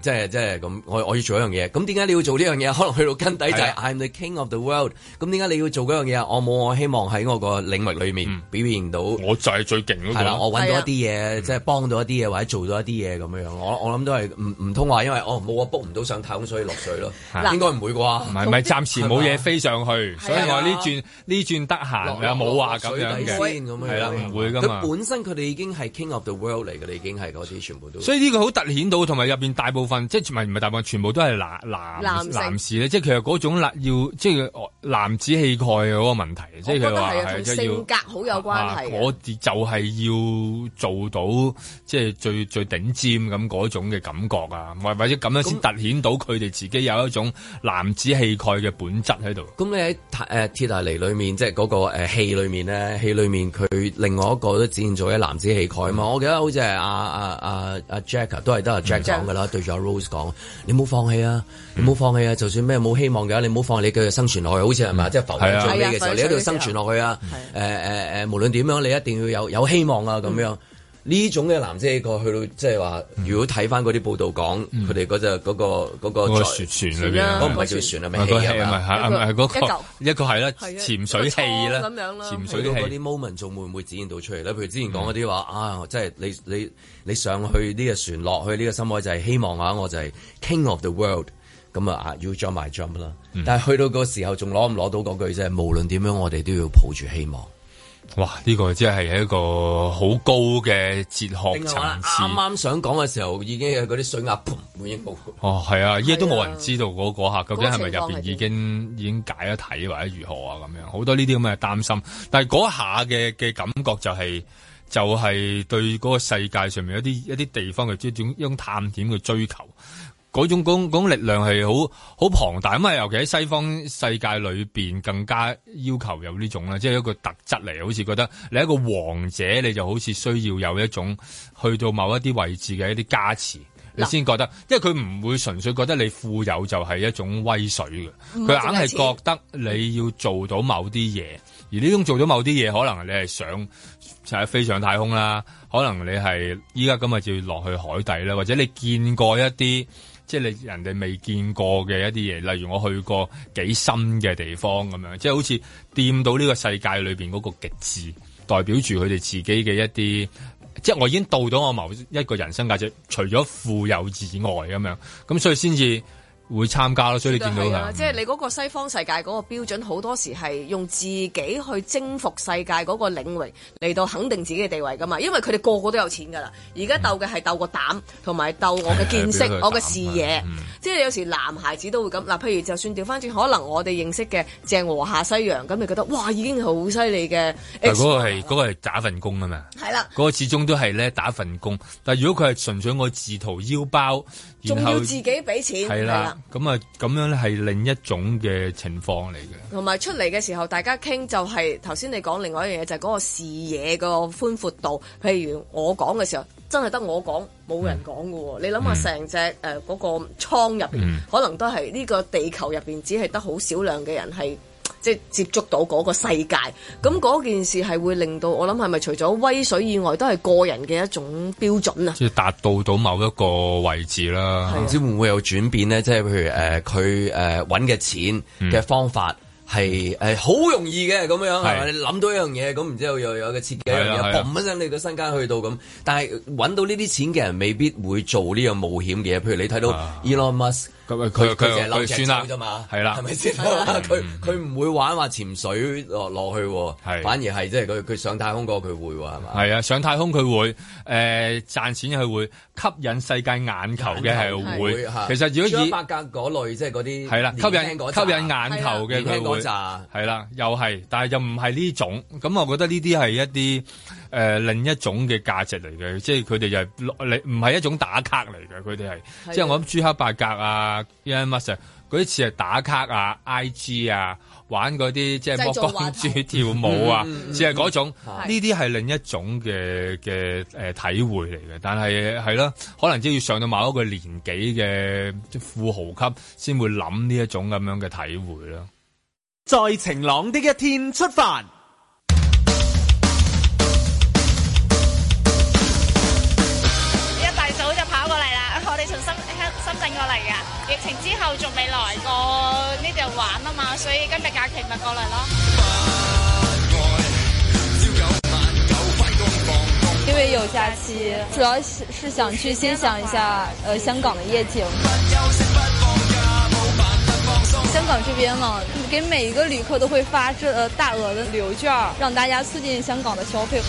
Speaker 2: 即係即係咁，我我要做一樣嘢。咁點解你要做呢樣嘢？可能去到根底就
Speaker 17: 係
Speaker 2: 係 I'm the king of the world。咁點解你要做嗰樣嘢啊？我冇我希望喺我個領域裡面表現到，我
Speaker 3: 就係最勁嗰個
Speaker 2: 係啦，我揾到一啲嘢，即係幫到一啲嘢，或者做到一啲嘢咁樣樣。我我諗都係唔唔通話，因為我冇我 book 唔到上太空，所以落水咯。
Speaker 3: 嗱
Speaker 2: 應該唔會啩？
Speaker 3: 唔係唔係，暫時冇嘢飛上去，所以
Speaker 2: 係啊
Speaker 3: 我呢轉呢轉得閒
Speaker 2: 落
Speaker 3: 又冇話
Speaker 2: 落
Speaker 3: 咁
Speaker 2: 水
Speaker 3: 樣
Speaker 2: 底
Speaker 3: 嘅
Speaker 2: 先咁，樣啊
Speaker 3: 係啦，
Speaker 2: 樣
Speaker 3: 唔會噶嘛
Speaker 2: 佢。本身佢哋已經係 King of the World 嚟嘅啦，已經係嗰啲全部都。
Speaker 3: 所以呢個好凸顯到，同埋入邊大部分即係唔係唔係大部分，全部都係男
Speaker 2: 男
Speaker 3: 男
Speaker 2: 性
Speaker 3: 男士咧，即係其實嗰種男要即係哦男子氣概嘅嗰個問題，即係
Speaker 4: 我覺
Speaker 3: 佢
Speaker 4: 得
Speaker 3: 話
Speaker 4: 係啊，
Speaker 3: 係
Speaker 4: 同
Speaker 3: 即係要
Speaker 4: 性格。好有關係嘅。
Speaker 3: 我哋啊就係要做到即係最最頂尖咁嗰種嘅感覺啊，或或者咁樣先凸顯到佢哋自己有一種男子氣概嘅本質喺度。
Speaker 2: 咁你喺誒《鐵達尼》裏面，即係嗰個誒戲裏面咧，戲裏面佢另外一個都展現咗一男子氣概啊嘛。我記得好似係阿阿阿阿 Jack 啊都係得阿 Jack 講噶啦，對住阿 Rose 講：你唔好放棄啊，你唔好放棄啊，就算咩冇希望嘅話，你唔好放棄，你繼續生存落去。好似係咪啊即係浮
Speaker 17: 係啊
Speaker 2: 喺最尾嘅時
Speaker 17: 係
Speaker 2: 候，
Speaker 17: 啊
Speaker 2: 你一定要生存落去啊！誒誒誒，無論點樣，你一定要有有希望啊！咁樣。呢種嘅男子氣概去到即係話，如果睇翻嗰啲報道講，佢哋嗰隻嗰個嗰個
Speaker 3: 嗰個船
Speaker 2: 在
Speaker 3: 船裏邊啊
Speaker 2: 嗰個唔係叫船啊，
Speaker 3: 嗰
Speaker 2: 咪
Speaker 3: 個
Speaker 2: 氣
Speaker 3: 係
Speaker 2: 啊
Speaker 3: 咪
Speaker 2: 嘛
Speaker 3: 係咪係
Speaker 2: 一嚿
Speaker 3: 嗰 個一個係啦，
Speaker 2: 係啊
Speaker 3: 潛水器啦
Speaker 2: 一個倉，
Speaker 3: 潛水
Speaker 2: 嗰
Speaker 3: 器
Speaker 2: 啲 moment 仲會唔會展現到出嚟咧？譬如之前講嗰啲話啊，即係你你你上去呢個船落去呢個深海就係希望啊，我就係 king of the world。咁啊啊，you jump my jump 啦！但係去到個時候仲攞唔攞到嗰句啫，無論點樣我哋都要抱住希望。
Speaker 3: 哇！呢個真係一個好高嘅哲學層次。
Speaker 2: 啊啱啱想講嘅時候已經有嗰啲水壓嘭滿已經冇。
Speaker 3: 哦，係啊，依家都冇人知道嗰嗰下究竟係咪
Speaker 2: 嗰個
Speaker 3: 入
Speaker 2: 情況
Speaker 3: 邊
Speaker 2: 係點
Speaker 3: 已經已經解咗體或者如何啊咁樣，好多呢啲咁嘅擔心。但係嗰下嘅嘅感覺就係、就係、對嗰個世界上面一啲一啲地方嘅一種一種探險嘅追求。嗰種嗰種嗰種力量係好好龐大，咁啊，尤其喺西方世界裏邊更加要求有呢種啦，即係一個特質嚟，好似覺得你係一個王者，你就好似需要有一種去到某一啲位置嘅一啲加持。你先覺得，因為佢唔會純粹覺得你富有就係一種威水嘅，
Speaker 17: 唔
Speaker 3: 佢
Speaker 17: 係嗯淨
Speaker 3: 硬
Speaker 17: 係
Speaker 3: 係覺得你要做到某啲嘢，而呢種做到某啲嘢，可能你係想就係飛上太空啦，可能你係依家今日就要落去海底啦，或者你見過一啲即係你人哋未見過嘅一啲嘢，例如我去過幾深嘅地方咁樣，即係好似掂到呢個世界裏邊嗰個極致，代表住佢哋自己嘅一啲。即係我已經到到我某一個人生價值，除咗富有以外咁樣，咁所以先至會參加咯。所以你見到
Speaker 4: 係
Speaker 3: 佢
Speaker 4: 啊，即係你嗰個西方世界嗰個標準，好多時係用自己去征服世界嗰個領域嚟到肯定自己嘅地位噶嘛。因為佢哋個個都有錢噶啦，而家鬥嘅係鬥個膽，同埋鬥我 嘅見識
Speaker 10: 係啊鬥、個膽
Speaker 4: 我嘅視野。
Speaker 3: 嗯
Speaker 4: 即係有時男孩子都會咁嗱，譬如就算調翻轉，可能我哋認識嘅鄭和下西洋，咁你覺得哇已經好犀利嘅。
Speaker 3: 但係嗰個係嗰個係打份工啊嘛，
Speaker 4: 係啦，
Speaker 3: 嗰個始終都係咧打份工。但係如果佢係純粹我自掏腰包，
Speaker 4: 仲
Speaker 3: 然
Speaker 4: 要
Speaker 3: 後
Speaker 4: 自己俾錢，
Speaker 3: 係
Speaker 4: 係
Speaker 3: 啦，咁啊咁樣咧係另一種嘅情況嚟嘅。
Speaker 4: 同埋出嚟嘅時候，大家傾就係頭先你講另外一樣嘢，就係、嗰個視野個寬闊度。譬如我講嘅時候，真係得我講，冇人講嘅
Speaker 3: 嗯
Speaker 4: 喎。你諗下成隻誒嗰個倉入邊，
Speaker 10: 嗯
Speaker 4: 可能都係呢個地球入邊，只係得好少量嘅人係。即係接觸到嗰個世界，咁嗰件事係會令到我諗係咪除咗威水以外，都係個人嘅一種標準啊！
Speaker 3: 即係達到到某一個位置啦。
Speaker 2: 唔知會唔會有轉變咧？即係譬如誒，佢誒揾嘅錢
Speaker 3: 嗯
Speaker 2: 嘅方法係誒好容易嘅咁樣，係咪？
Speaker 17: 係
Speaker 2: 你諗到一樣嘢，咁然之後又有個設計一樣
Speaker 17: 係啊
Speaker 2: 嘢，
Speaker 17: 係啊
Speaker 2: 嘣一聲你個身家去到咁。但係揾到呢啲錢嘅人未必會做呢樣冒險嘅嘢。譬如你睇到 Elon Musk。
Speaker 3: 啊咁啊
Speaker 2: 佢
Speaker 3: 佢
Speaker 2: 佢
Speaker 3: 佢
Speaker 2: 淨係嬲
Speaker 3: 佢
Speaker 2: 隻
Speaker 3: 算
Speaker 2: 手
Speaker 3: 啦，
Speaker 2: 啫嘛，
Speaker 3: 係啦，嗯
Speaker 2: 係咪先？佢佢唔會玩話潛水落落去喎，反而係即係佢佢上太空嗰個佢會喎，係嘛？
Speaker 3: 係啊，上太空佢會，誒、呃、賺錢佢會，吸引世界眼球嘅係會。其實如果以
Speaker 2: 百格嗰類即係嗰啲
Speaker 3: 係啦，吸
Speaker 2: 年輕嗰
Speaker 3: 引吸
Speaker 2: 扎
Speaker 3: 引眼球嘅
Speaker 2: 年輕
Speaker 3: 佢
Speaker 2: 嗰
Speaker 3: 會
Speaker 2: 扎
Speaker 3: 係啦，又係，但係又唔係呢種。咁我覺得呢啲係一啲誒、呃另一種嘅價值嚟嘅，即係佢哋就係你唔係一種打卡嚟嘅，佢哋
Speaker 18: 係
Speaker 2: 啊
Speaker 3: 係即係我諗朱克伯格啊、Elon Musk 啊嗰啲似係打卡啊、IG 啊。玩嗰啲即係
Speaker 18: 製
Speaker 3: 剝
Speaker 18: 造話
Speaker 3: 光
Speaker 18: 題
Speaker 3: 豬跳舞啊
Speaker 18: 嗯嗯，嗯
Speaker 3: 即係嗰種，
Speaker 18: 係
Speaker 3: 呢啲係另一種嘅嘅誒體會嚟嘅，但係係啦，可能即係要上到某一個年紀嘅富豪級先會諗呢一種咁樣嘅體會啦。
Speaker 5: 在晴朗的一天出發。
Speaker 19: 一大早就跑過嚟啦，我哋從深深圳過嚟噶，疫情之後仲未來過呢度玩啊嘛，所以今日假期咪過嚟咯。
Speaker 20: 因为有假期，主要是是想去欣赏一下呃香港的夜景。香港这边嘛，给每一个旅客都会发这呃大额的旅游券儿，让大家促进香港的消费。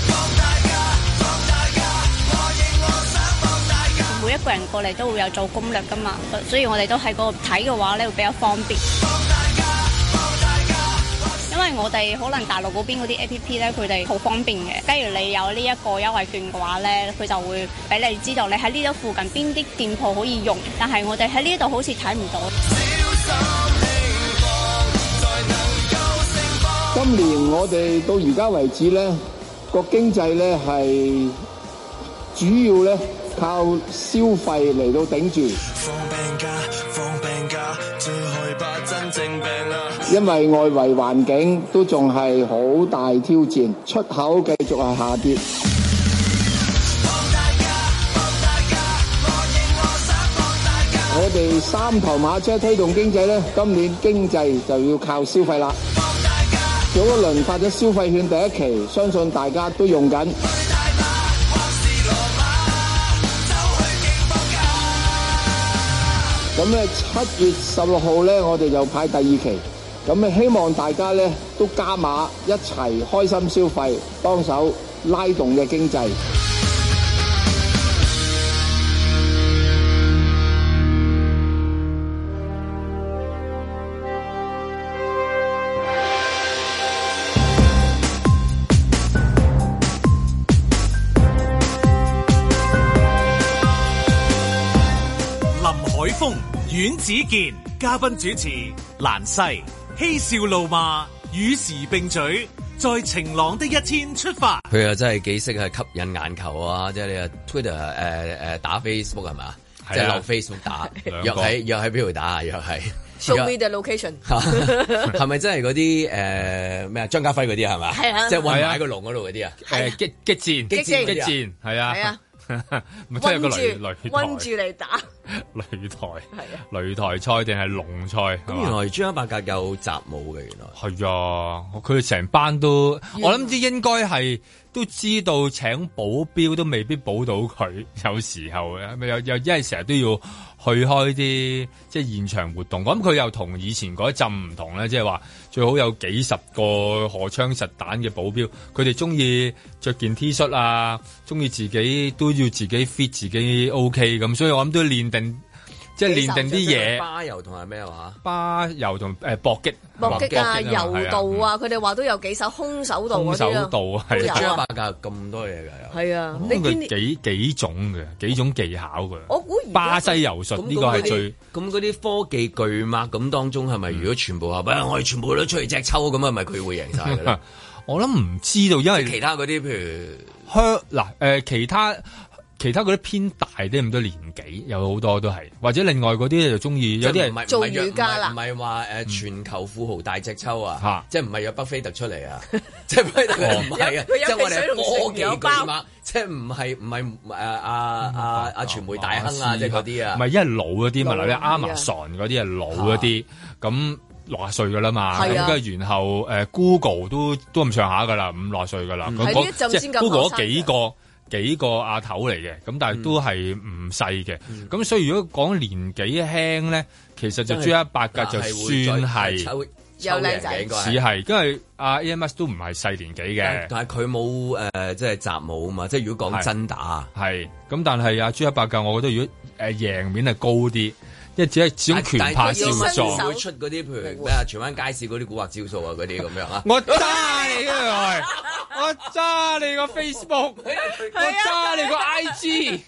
Speaker 21: 每一個人過嚟都會有做攻略噶嘛，所以我哋都喺嗰度睇嘅話咧，會比較方便。因為我哋可能大陸嗰邊嗰啲 A P P 咧，佢哋好方便嘅。假如你有呢一個優惠券嘅話咧，佢就會俾你知道你喺呢度附近邊啲店鋪可以用，但係我哋喺呢度好似睇唔到。
Speaker 22: 今年我哋到而家為止咧，個經濟咧係主要咧靠消費嚟到頂住，因為外圍環境都仲係好大挑戰，出口繼續係下跌。我哋三頭馬車推動經濟咧，今年經濟就要靠消費啦。早一輪發咗消費券第一期，相信大家都用緊。咁咧，七月十六號咧，我哋就派第二期。咁咧，希望大家咧都加碼一齊開心消費，幫手拉動嘅經濟。
Speaker 1: 林海峰、阮子健，嘉賓主持蘭西，嬉笑怒罵，與時並舉，在晴朗的一天出發。
Speaker 2: 佢又真係幾識係吸引眼球啊！即係你啊 Twitter 誒、誒打 Facebook 係嘛？
Speaker 4: 係啊
Speaker 2: 即係落 Facebook 打，
Speaker 4: 兩個
Speaker 2: 約喺約喺邊度打啊？約喺
Speaker 4: Show me the location。
Speaker 2: 係咪 真係嗰啲誒咩啊？張家輝嗰啲係嘛？
Speaker 4: 係啊
Speaker 2: 即係混埋喺個籠嗰度嗰啲啊？
Speaker 4: 係
Speaker 2: 誒
Speaker 4: 啊
Speaker 2: 激激戰
Speaker 4: 激
Speaker 2: 嗰
Speaker 4: 戰
Speaker 2: 啲
Speaker 4: 激戰
Speaker 3: 係
Speaker 4: 係啊
Speaker 3: 啊， 咪真係有個擂擂
Speaker 4: 住温住
Speaker 3: 台
Speaker 4: 嚟打，
Speaker 3: 擂台
Speaker 4: 係啊
Speaker 3: 擂台賽定係龍賽？咁
Speaker 2: 原來張伯格有習武嘅，原來
Speaker 3: 係啊！佢哋成班都，我諗啲應該係都知道請保鏢都未必保到佢，有時候啊咪有有，因為成日都要去開啲即係現場活動。咁佢又同以前嗰一陣唔同咧，即係話最好有幾十個荷槍實彈嘅保鏢，佢哋中意着件 T 恤啊，中意自己都要自己 fit 自己 OK 咁，所以我諗都練定即係啊練定啲嘢。
Speaker 2: 巴柔同埋咩話？
Speaker 3: 巴柔同誒搏擊，
Speaker 4: 搏擊啊、
Speaker 3: 搏擊
Speaker 4: 柔道啊，佢哋話都有幾手空手道
Speaker 3: 嗯空
Speaker 4: 嗰
Speaker 3: 手
Speaker 4: 啲啊，
Speaker 3: 道
Speaker 4: 都
Speaker 3: 係
Speaker 4: 有
Speaker 2: 張伯
Speaker 4: 啊，
Speaker 2: 格咁多嘢㗎，有
Speaker 4: 係啊，你見
Speaker 3: 佢幾幾種嘅幾種技巧嘅。
Speaker 4: 我估而家
Speaker 3: 巴西柔術呢個係最
Speaker 2: 咁嗰啲科技巨擘咁當中係咪？如果全部話，喂我哋全部都出嚟隻抽咁，係咪佢會贏晒 㗎咧？
Speaker 3: 我諗唔知道，因為
Speaker 2: 其他嗰啲譬如。
Speaker 3: 香嗱誒其他。其他嗰啲偏大啲咁多年紀，有好多都係，或者另外嗰啲就中意，有啲人
Speaker 2: 唔係唔係約唔係唔係話誒全球富豪大隻抽啊
Speaker 3: 嗯嚇，哦
Speaker 2: 即係唔係約北菲特出嚟啊， 即係北菲特唔係啊，
Speaker 4: 佢有
Speaker 2: 即係我哋
Speaker 4: 佢有
Speaker 2: 係科技
Speaker 4: 有
Speaker 2: 巨
Speaker 4: 包
Speaker 2: 擘，即係唔係唔係誒阿
Speaker 3: 嗯
Speaker 2: 阿阿傳媒大亨啊，即係嗰啲啊
Speaker 3: 哦唔係，，因為老嗰啲嘛，
Speaker 2: 老
Speaker 3: 嗱
Speaker 2: 嗰
Speaker 3: 你
Speaker 2: 啲啊
Speaker 3: Amazon 嗰啲係老嗰啲，咁六十歲噶啦嘛，
Speaker 4: 係啊
Speaker 3: 咁跟住然後呃誒 Google 都都咁上下噶啦，五六十歲噶啦，
Speaker 4: 嗯係呢一陣
Speaker 3: 即係
Speaker 4: 先咁
Speaker 3: Google
Speaker 4: 後
Speaker 3: 嗰
Speaker 4: 生嘅嗯
Speaker 3: 幾個幾個阿頭嚟嘅，咁但係都係唔細嘅。
Speaker 2: 嗯
Speaker 3: 咁所以如果講年紀輕咧，其實就 G 一八格就算係
Speaker 4: 又靚仔，
Speaker 3: 似係，因為阿 AMS 都唔係細年紀
Speaker 4: 嗯
Speaker 3: 嘅。
Speaker 2: 但係佢冇誒，即係雜舞啊嘛，即係如果講真打，
Speaker 3: 係咁，但係阿 G 一八格，我覺得如果誒贏面係高啲，因為只係始終拳派少
Speaker 2: 唔
Speaker 3: 壯
Speaker 2: 會。出嗰啲譬如咩啊，荃灣街市嗰啲古惑招數啊，嗰啲咁樣啊。
Speaker 3: 我揸你啊！我揸你個 Facebook，我揸你個 IG，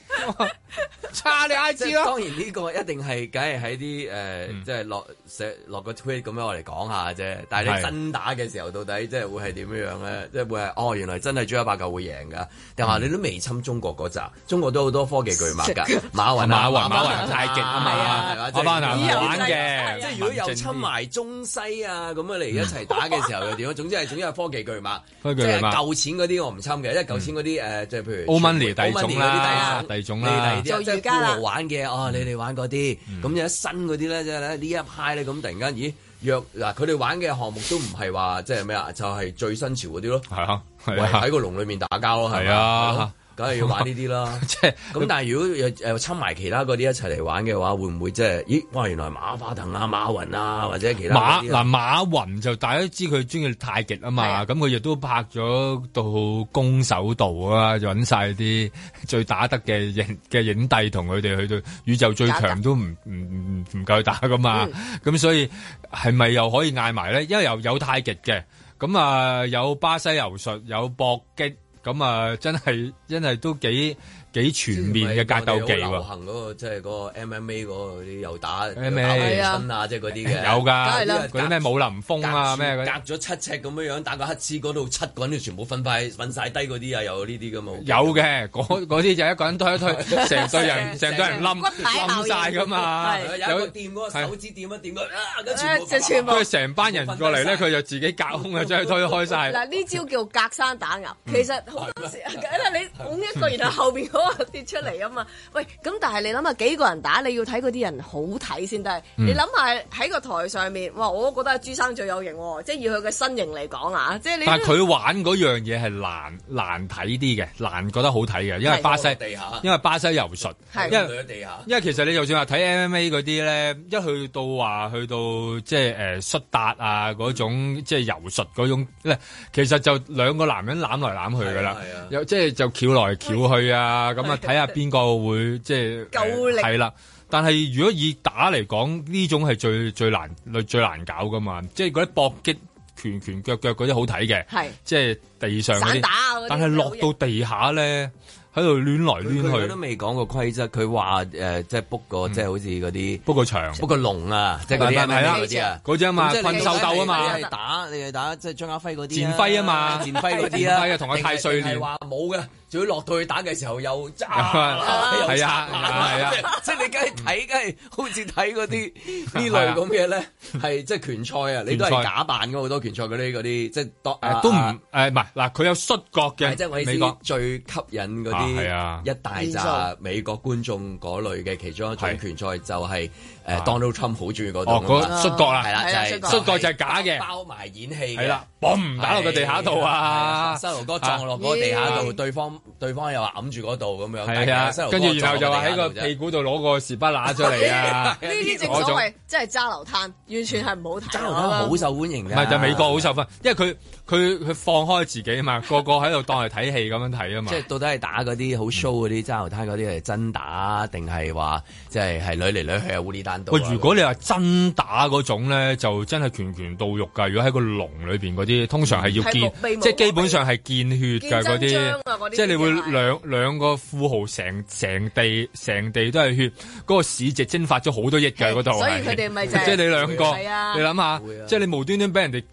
Speaker 3: 揸你 IG
Speaker 2: 啦。
Speaker 3: 啦
Speaker 2: 當然呢個一定係，梗係喺啲
Speaker 3: 嗯
Speaker 2: 誒，即係落寫落個 tweet 咁樣我嚟講下啫。但係
Speaker 3: 係
Speaker 2: 你真打嘅時候，到底即係會係點樣樣咧？即係會係哦，原來真係朱一八九會贏㗎。
Speaker 3: 嗯
Speaker 2: 但係你都未侵中國嗰集，中國都好多科技巨擘㗎，馬雲啊
Speaker 3: 馬雲
Speaker 2: 馬
Speaker 3: 馬雲太極啊嘛啊
Speaker 2: 係係嘛即係
Speaker 3: 阿巴拿玩嘅
Speaker 2: 即係如果有侵埋中西啊咁啊嚟一齊打嘅時候又點 啊樣？總之係總之係科技巨擘，
Speaker 3: 科技
Speaker 2: 即
Speaker 3: 巨
Speaker 2: 係
Speaker 3: 擘
Speaker 2: 舊錢嗰啲我唔侵嘅，因為舊錢嗰啲呃誒，即係譬如
Speaker 3: 歐文尼
Speaker 2: 傳媒
Speaker 3: 第二種啦啊第二種啦嗯
Speaker 2: 你第二啲啊
Speaker 4: 做
Speaker 2: 即係
Speaker 4: 瑜伽啦
Speaker 2: 富豪玩嘅，哦，你哋玩嗰啲，咁有一新嗰啲咧，即係咧呢一派咧，咁突然間，咦？若嗱，佢哋玩嘅項目都唔係話即係咩啊，就係最新潮嗰啲咯，
Speaker 3: 係啊，
Speaker 2: 喂
Speaker 3: 係啊
Speaker 2: 喺個籠裏面打交咯，係咪
Speaker 3: 係啊
Speaker 2: 係咯梗係要玩呢啲啦。
Speaker 3: 即係
Speaker 2: 咁，但係如果又又侵埋其他嗰啲一齊嚟玩嘅話，會唔會即係咦？哇！原來馬化騰啊、馬雲啊，或者其他
Speaker 3: 馬
Speaker 2: 嗰啲啊
Speaker 3: 嗱馬雲就大家都知佢中意太極啊嘛，咁佢亦都拍咗到攻守道啊，就揾晒啲 最打得嘅影嘅影帝同佢哋去到宇宙最強都唔唔唔唔夠打噶嘛，
Speaker 2: 嗯
Speaker 3: 咁、所以係咪又可以嗌埋咧？因為又有太極嘅，咁啊有巴西柔術，有搏擊，咁啊真係真係都幾幾全面嘅格鬥技
Speaker 2: 我哋好流
Speaker 3: 喎。
Speaker 2: 行嗰個即係嗰個 MMA 嗰個啲又打
Speaker 3: MMA
Speaker 2: 打身啊，即係嗰啲 嘅
Speaker 3: 有噶，
Speaker 2: 梗係啦
Speaker 3: 嗰啲咩武林風啊，咩嗰啲。
Speaker 2: 隔咗七尺咁樣樣，打個乞嗤嗰度七個人全部分塊瞓晒低嗰啲啊，有呢啲噶嘛？
Speaker 3: 有嘅，嗰嗰啲就一個人推一
Speaker 2: 啊
Speaker 3: 推，成隊人成隊人冧冧晒噶嘛。
Speaker 2: 有一個掂嗰個手指掂一掂佢啊，跟住
Speaker 4: 就全部
Speaker 3: 佢成班人過嚟咧，佢就自己隔空啊，將佢推開晒。
Speaker 4: 嗱呢招叫隔山打牛，
Speaker 3: 嗯
Speaker 4: 其實好多時，因為你拱一個，然後後邊嗰個跌出嚟啊嘛。喂，咁但係你諗下幾個人打，你要睇嗰啲人好睇先得。
Speaker 8: 嗯
Speaker 4: 你諗下喺個台上面，哇！我覺得阿朱生最有型喎，即係以佢嘅身形嚟講啊，即係你。
Speaker 3: 但係佢玩嗰樣嘢係難難睇啲嘅，難覺得好睇嘅，因為巴西
Speaker 2: 係地下，
Speaker 3: 因為巴西柔術，
Speaker 2: 係
Speaker 3: 啊因
Speaker 2: 佢
Speaker 3: 為
Speaker 2: 喺地下
Speaker 3: 因為其實你就算話睇 MMA 嗰啲咧，一去到話去到即係誒摔打啊嗰種，即係柔術嗰種咧，其實就兩個男人攬來攬去噶啦，
Speaker 2: 啊
Speaker 3: 有即係就翹來翹去 啊，咁啊睇下邊個會即係
Speaker 4: 夠力
Speaker 3: 係啦。但係如果以打嚟講，呢種係最最難最難搞噶嘛，即係嗰啲搏擊拳拳腳腳嗰啲好睇嘅，
Speaker 4: 係
Speaker 3: 即係地上嗰
Speaker 4: 散打啊嗰
Speaker 3: 啲
Speaker 4: 啲，
Speaker 3: 但係落到地下咧，喺度亂來
Speaker 2: 佢佢
Speaker 3: 亂
Speaker 2: 都
Speaker 3: 去。
Speaker 2: 未講過規則，佢話誒即係 book 個即係好似嗰啲
Speaker 3: book 個場、
Speaker 2: book 個籠啊，即係嗰啲
Speaker 3: 嗯係啦
Speaker 2: MMA 嗰啲啊，
Speaker 3: 嗰啲啊嘛
Speaker 2: 咁即係你
Speaker 3: 困獸鬥啊嘛
Speaker 2: 你係打你係打即係張家輝嗰啲
Speaker 3: 戰輝啊嘛
Speaker 2: 戰輝嗰
Speaker 3: 戰輝
Speaker 2: 啲啊，
Speaker 3: 啊同阿
Speaker 2: 定係
Speaker 3: 太歲
Speaker 2: 定係
Speaker 3: 練
Speaker 2: 話冇嘅，仲要落到去打嘅時候又揸，
Speaker 3: 係啊係啊啊
Speaker 2: 即係即係你梗係睇，梗係好似睇 嗰啲呢類咁嘅咧，係即係拳賽啊，你都
Speaker 3: 拳
Speaker 2: 係
Speaker 3: 賽
Speaker 2: 假扮嘅好多拳賽嗰啲嗰啲，即係當啊
Speaker 3: 誒都唔誒唔係嗱，佢有摔角
Speaker 2: 係即係我
Speaker 3: 嘅
Speaker 2: 意思
Speaker 3: 美國，
Speaker 2: 最吸引嗰
Speaker 3: 啊係啊
Speaker 2: 啲一大扎美國觀眾嗰類嘅其中一種拳賽就係誒 Donald Trump 好中意嗰
Speaker 3: 啊哦
Speaker 2: 種啊
Speaker 3: 嗰摔角啦
Speaker 2: 係啦，
Speaker 3: 係
Speaker 2: 就
Speaker 3: 啊摔
Speaker 2: 係
Speaker 3: 角摔角就係假嘅
Speaker 2: 包埋演戲嘅
Speaker 3: 係啦嘣打落個地下度啊
Speaker 2: 係膝頭哥撞落嗰個地下度，對方對方又話揞住嗰度咁樣，但
Speaker 3: 係啊
Speaker 2: 其實膝頭，哥
Speaker 3: 跟住然後就話喺個
Speaker 2: 撞落地下度啫
Speaker 3: 屁股度攞個士巴拿出嚟 啊，
Speaker 4: 呢啲正
Speaker 3: 嗰
Speaker 4: 所
Speaker 3: 種
Speaker 4: 謂真係揸流攤，完全係唔好睇。揸流
Speaker 2: 好受歡迎
Speaker 3: 唔
Speaker 2: 㗎，
Speaker 3: 係就美國好受歡迎，因為佢佢佢放開自己啊 嘛，個個喺度當係睇戲咁樣睇啊嘛
Speaker 2: 即。係到底係打嗰啲好 show 嗰啲揸流灘嗰啲係真打，定係話即係係女嚟女去啊烏哩單刀啊？
Speaker 3: 喂，如果你話真打嗰種咧，就真係拳拳到肉㗎。如果喺個籠裏邊嗰啲，通常係要
Speaker 4: 嗯係
Speaker 3: 見
Speaker 4: 木臂，
Speaker 3: 即係基本上係見血㗎
Speaker 4: 見
Speaker 3: 嗰
Speaker 4: 真章啊
Speaker 3: 啲，
Speaker 4: 嗰啲
Speaker 3: 即係你會
Speaker 4: 叫做係
Speaker 3: 兩兩個富豪成成地成地都係血，嗰個市值蒸發咗好多億㗎嗰度係。
Speaker 4: 所以佢哋咪就係
Speaker 3: 即係你兩個，
Speaker 4: 係啊
Speaker 3: 你諗下，即係你無端端俾人哋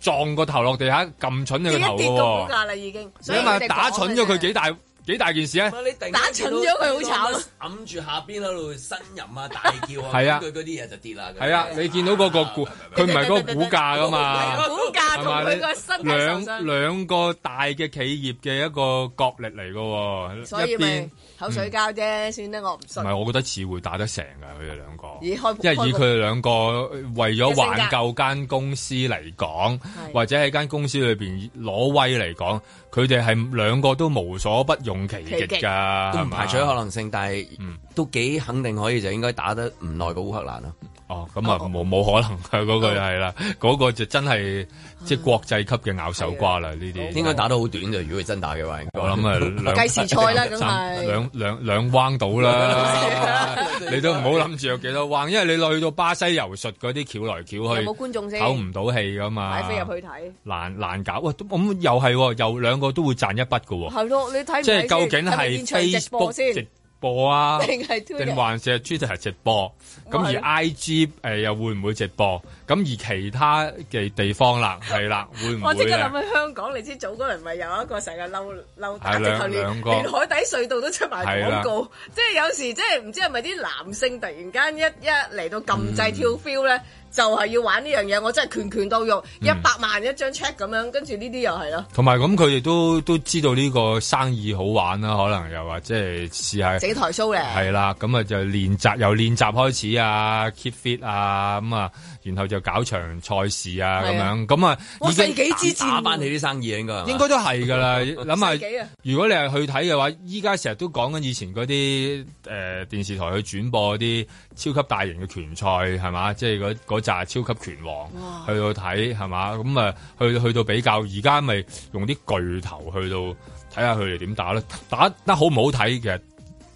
Speaker 3: 撞個頭落地下，撳蠢咗
Speaker 4: 跌
Speaker 3: 個
Speaker 4: 一
Speaker 3: 頭
Speaker 4: 跌個股
Speaker 3: 㗎喎。
Speaker 4: 價啦已經，
Speaker 3: 你
Speaker 4: 所以
Speaker 3: 諗下
Speaker 4: 佢哋
Speaker 3: 打
Speaker 4: 講
Speaker 3: 蠢
Speaker 4: 嘅
Speaker 3: 咗佢幾大幾大件事啊！
Speaker 4: 打蠢咗佢好慘。
Speaker 2: 揞住下邊喺度呻吟啊、大叫 啊，
Speaker 3: 係啊
Speaker 2: 佢嗰啲嘢就跌啦。
Speaker 3: 係啊，你見到嗰個股，佢唔係嗰個股價噶嘛，
Speaker 4: 股價同佢個身體受
Speaker 3: 兩
Speaker 4: 傷
Speaker 3: 兩個大嘅企業嘅一個角力嚟噶
Speaker 4: 所
Speaker 3: 喎，
Speaker 4: 以
Speaker 3: 一邊
Speaker 4: 咪口水交啫，算啦，我唔
Speaker 3: 唔
Speaker 4: 信。
Speaker 3: 係，我覺得似會打得成噶佢哋兩個，
Speaker 4: 咦開
Speaker 3: 因為以佢哋兩個呃為咗挽
Speaker 4: 嘅性
Speaker 3: 救間公司嚟講，或者喺間公司裏邊攞威嚟講，佢哋係兩個都無所不用用其極㗎，
Speaker 2: 都唔排除可能
Speaker 3: 性，
Speaker 2: 性，但係
Speaker 3: 嗯
Speaker 2: 都幾肯定可以就應該打得唔耐過烏克蘭啦。
Speaker 3: 哦，咁啊冇冇可能啊！嗰
Speaker 4: 哦
Speaker 3: 個係啦，嗰個就真係
Speaker 4: 啊
Speaker 3: 即係國際級嘅咬手瓜啦，呢啲
Speaker 2: 應該打得好短就，如果佢真打嘅話，
Speaker 3: 嗯我諗啊兩
Speaker 4: 計時 賽啦梗係
Speaker 3: 三兩兩兩彎到啦， 你都唔好諗住有幾多彎，因為你去到巴西柔術嗰啲翹來翹去，
Speaker 4: 有冇觀眾先
Speaker 3: 唞唔到氣噶嘛，
Speaker 4: 買飛入去睇，
Speaker 3: 難難搞。喂，咁咁又係喎，又兩個都會賺一筆㗎
Speaker 4: 係
Speaker 3: 喎，
Speaker 4: 咯，你睇唔睇
Speaker 3: 即係
Speaker 4: 先
Speaker 3: 究竟
Speaker 4: 哦係咪
Speaker 3: 係
Speaker 4: 現場直播
Speaker 3: Facebook
Speaker 4: 先？
Speaker 3: 直播 啊，
Speaker 4: 定係 Twitter？
Speaker 3: 定還是係 Twitter 直播？咁
Speaker 4: 咪係咯
Speaker 3: 而 IG 誒又會唔會直播？咁而其他嘅地方 啦，係啦，會啊唔
Speaker 4: 我即
Speaker 3: 會
Speaker 4: 刻
Speaker 3: 咧？
Speaker 4: 諗起啊香港，你知早嗰輪咪有一個成日嬲嬲打，
Speaker 3: 係
Speaker 4: 直頭
Speaker 3: 兩兩
Speaker 4: 連
Speaker 3: 個
Speaker 4: 連海底隧道都出埋
Speaker 3: 係啦
Speaker 4: 廣告，即係有時即係唔知係咪啲男性突然間一一嚟到撳掣跳 feel
Speaker 3: 嗯
Speaker 4: 咧，就係要玩呢樣嘢，我真係拳拳到肉，一百萬一張 check 咁樣，跟住呢啲又係咯，
Speaker 3: 同埋咁，佢哋都都知道呢個生意好玩啦，可能又或者係試下
Speaker 4: 自己台 show 咧
Speaker 3: 係啦，咁啊就練習由練習開始啊，keep fit 啊，咁啊，然後就搞場賽事啊，咁
Speaker 2: 係啊
Speaker 3: 樣咁啊，已經
Speaker 2: 打翻你啲生意啊應該係嘛
Speaker 3: 應該都係㗎 啦。諗
Speaker 2: 世紀
Speaker 3: 下
Speaker 2: 啊，
Speaker 3: 如果你係去睇嘅話，依家成日都講緊以前嗰啲誒電視台去轉播啲超級大型嘅拳賽係嘛，即係嗰嗰扎超級拳王
Speaker 8: 哇
Speaker 3: 去到睇係嘛，咁啊去去到比較，而家咪用啲巨頭去到睇下佢哋點打啦，打得好唔好睇其實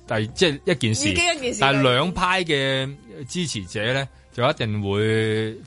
Speaker 3: 但係即係一件事，
Speaker 4: 已經一件事
Speaker 3: 但係兩派嘅支持者咧就一定會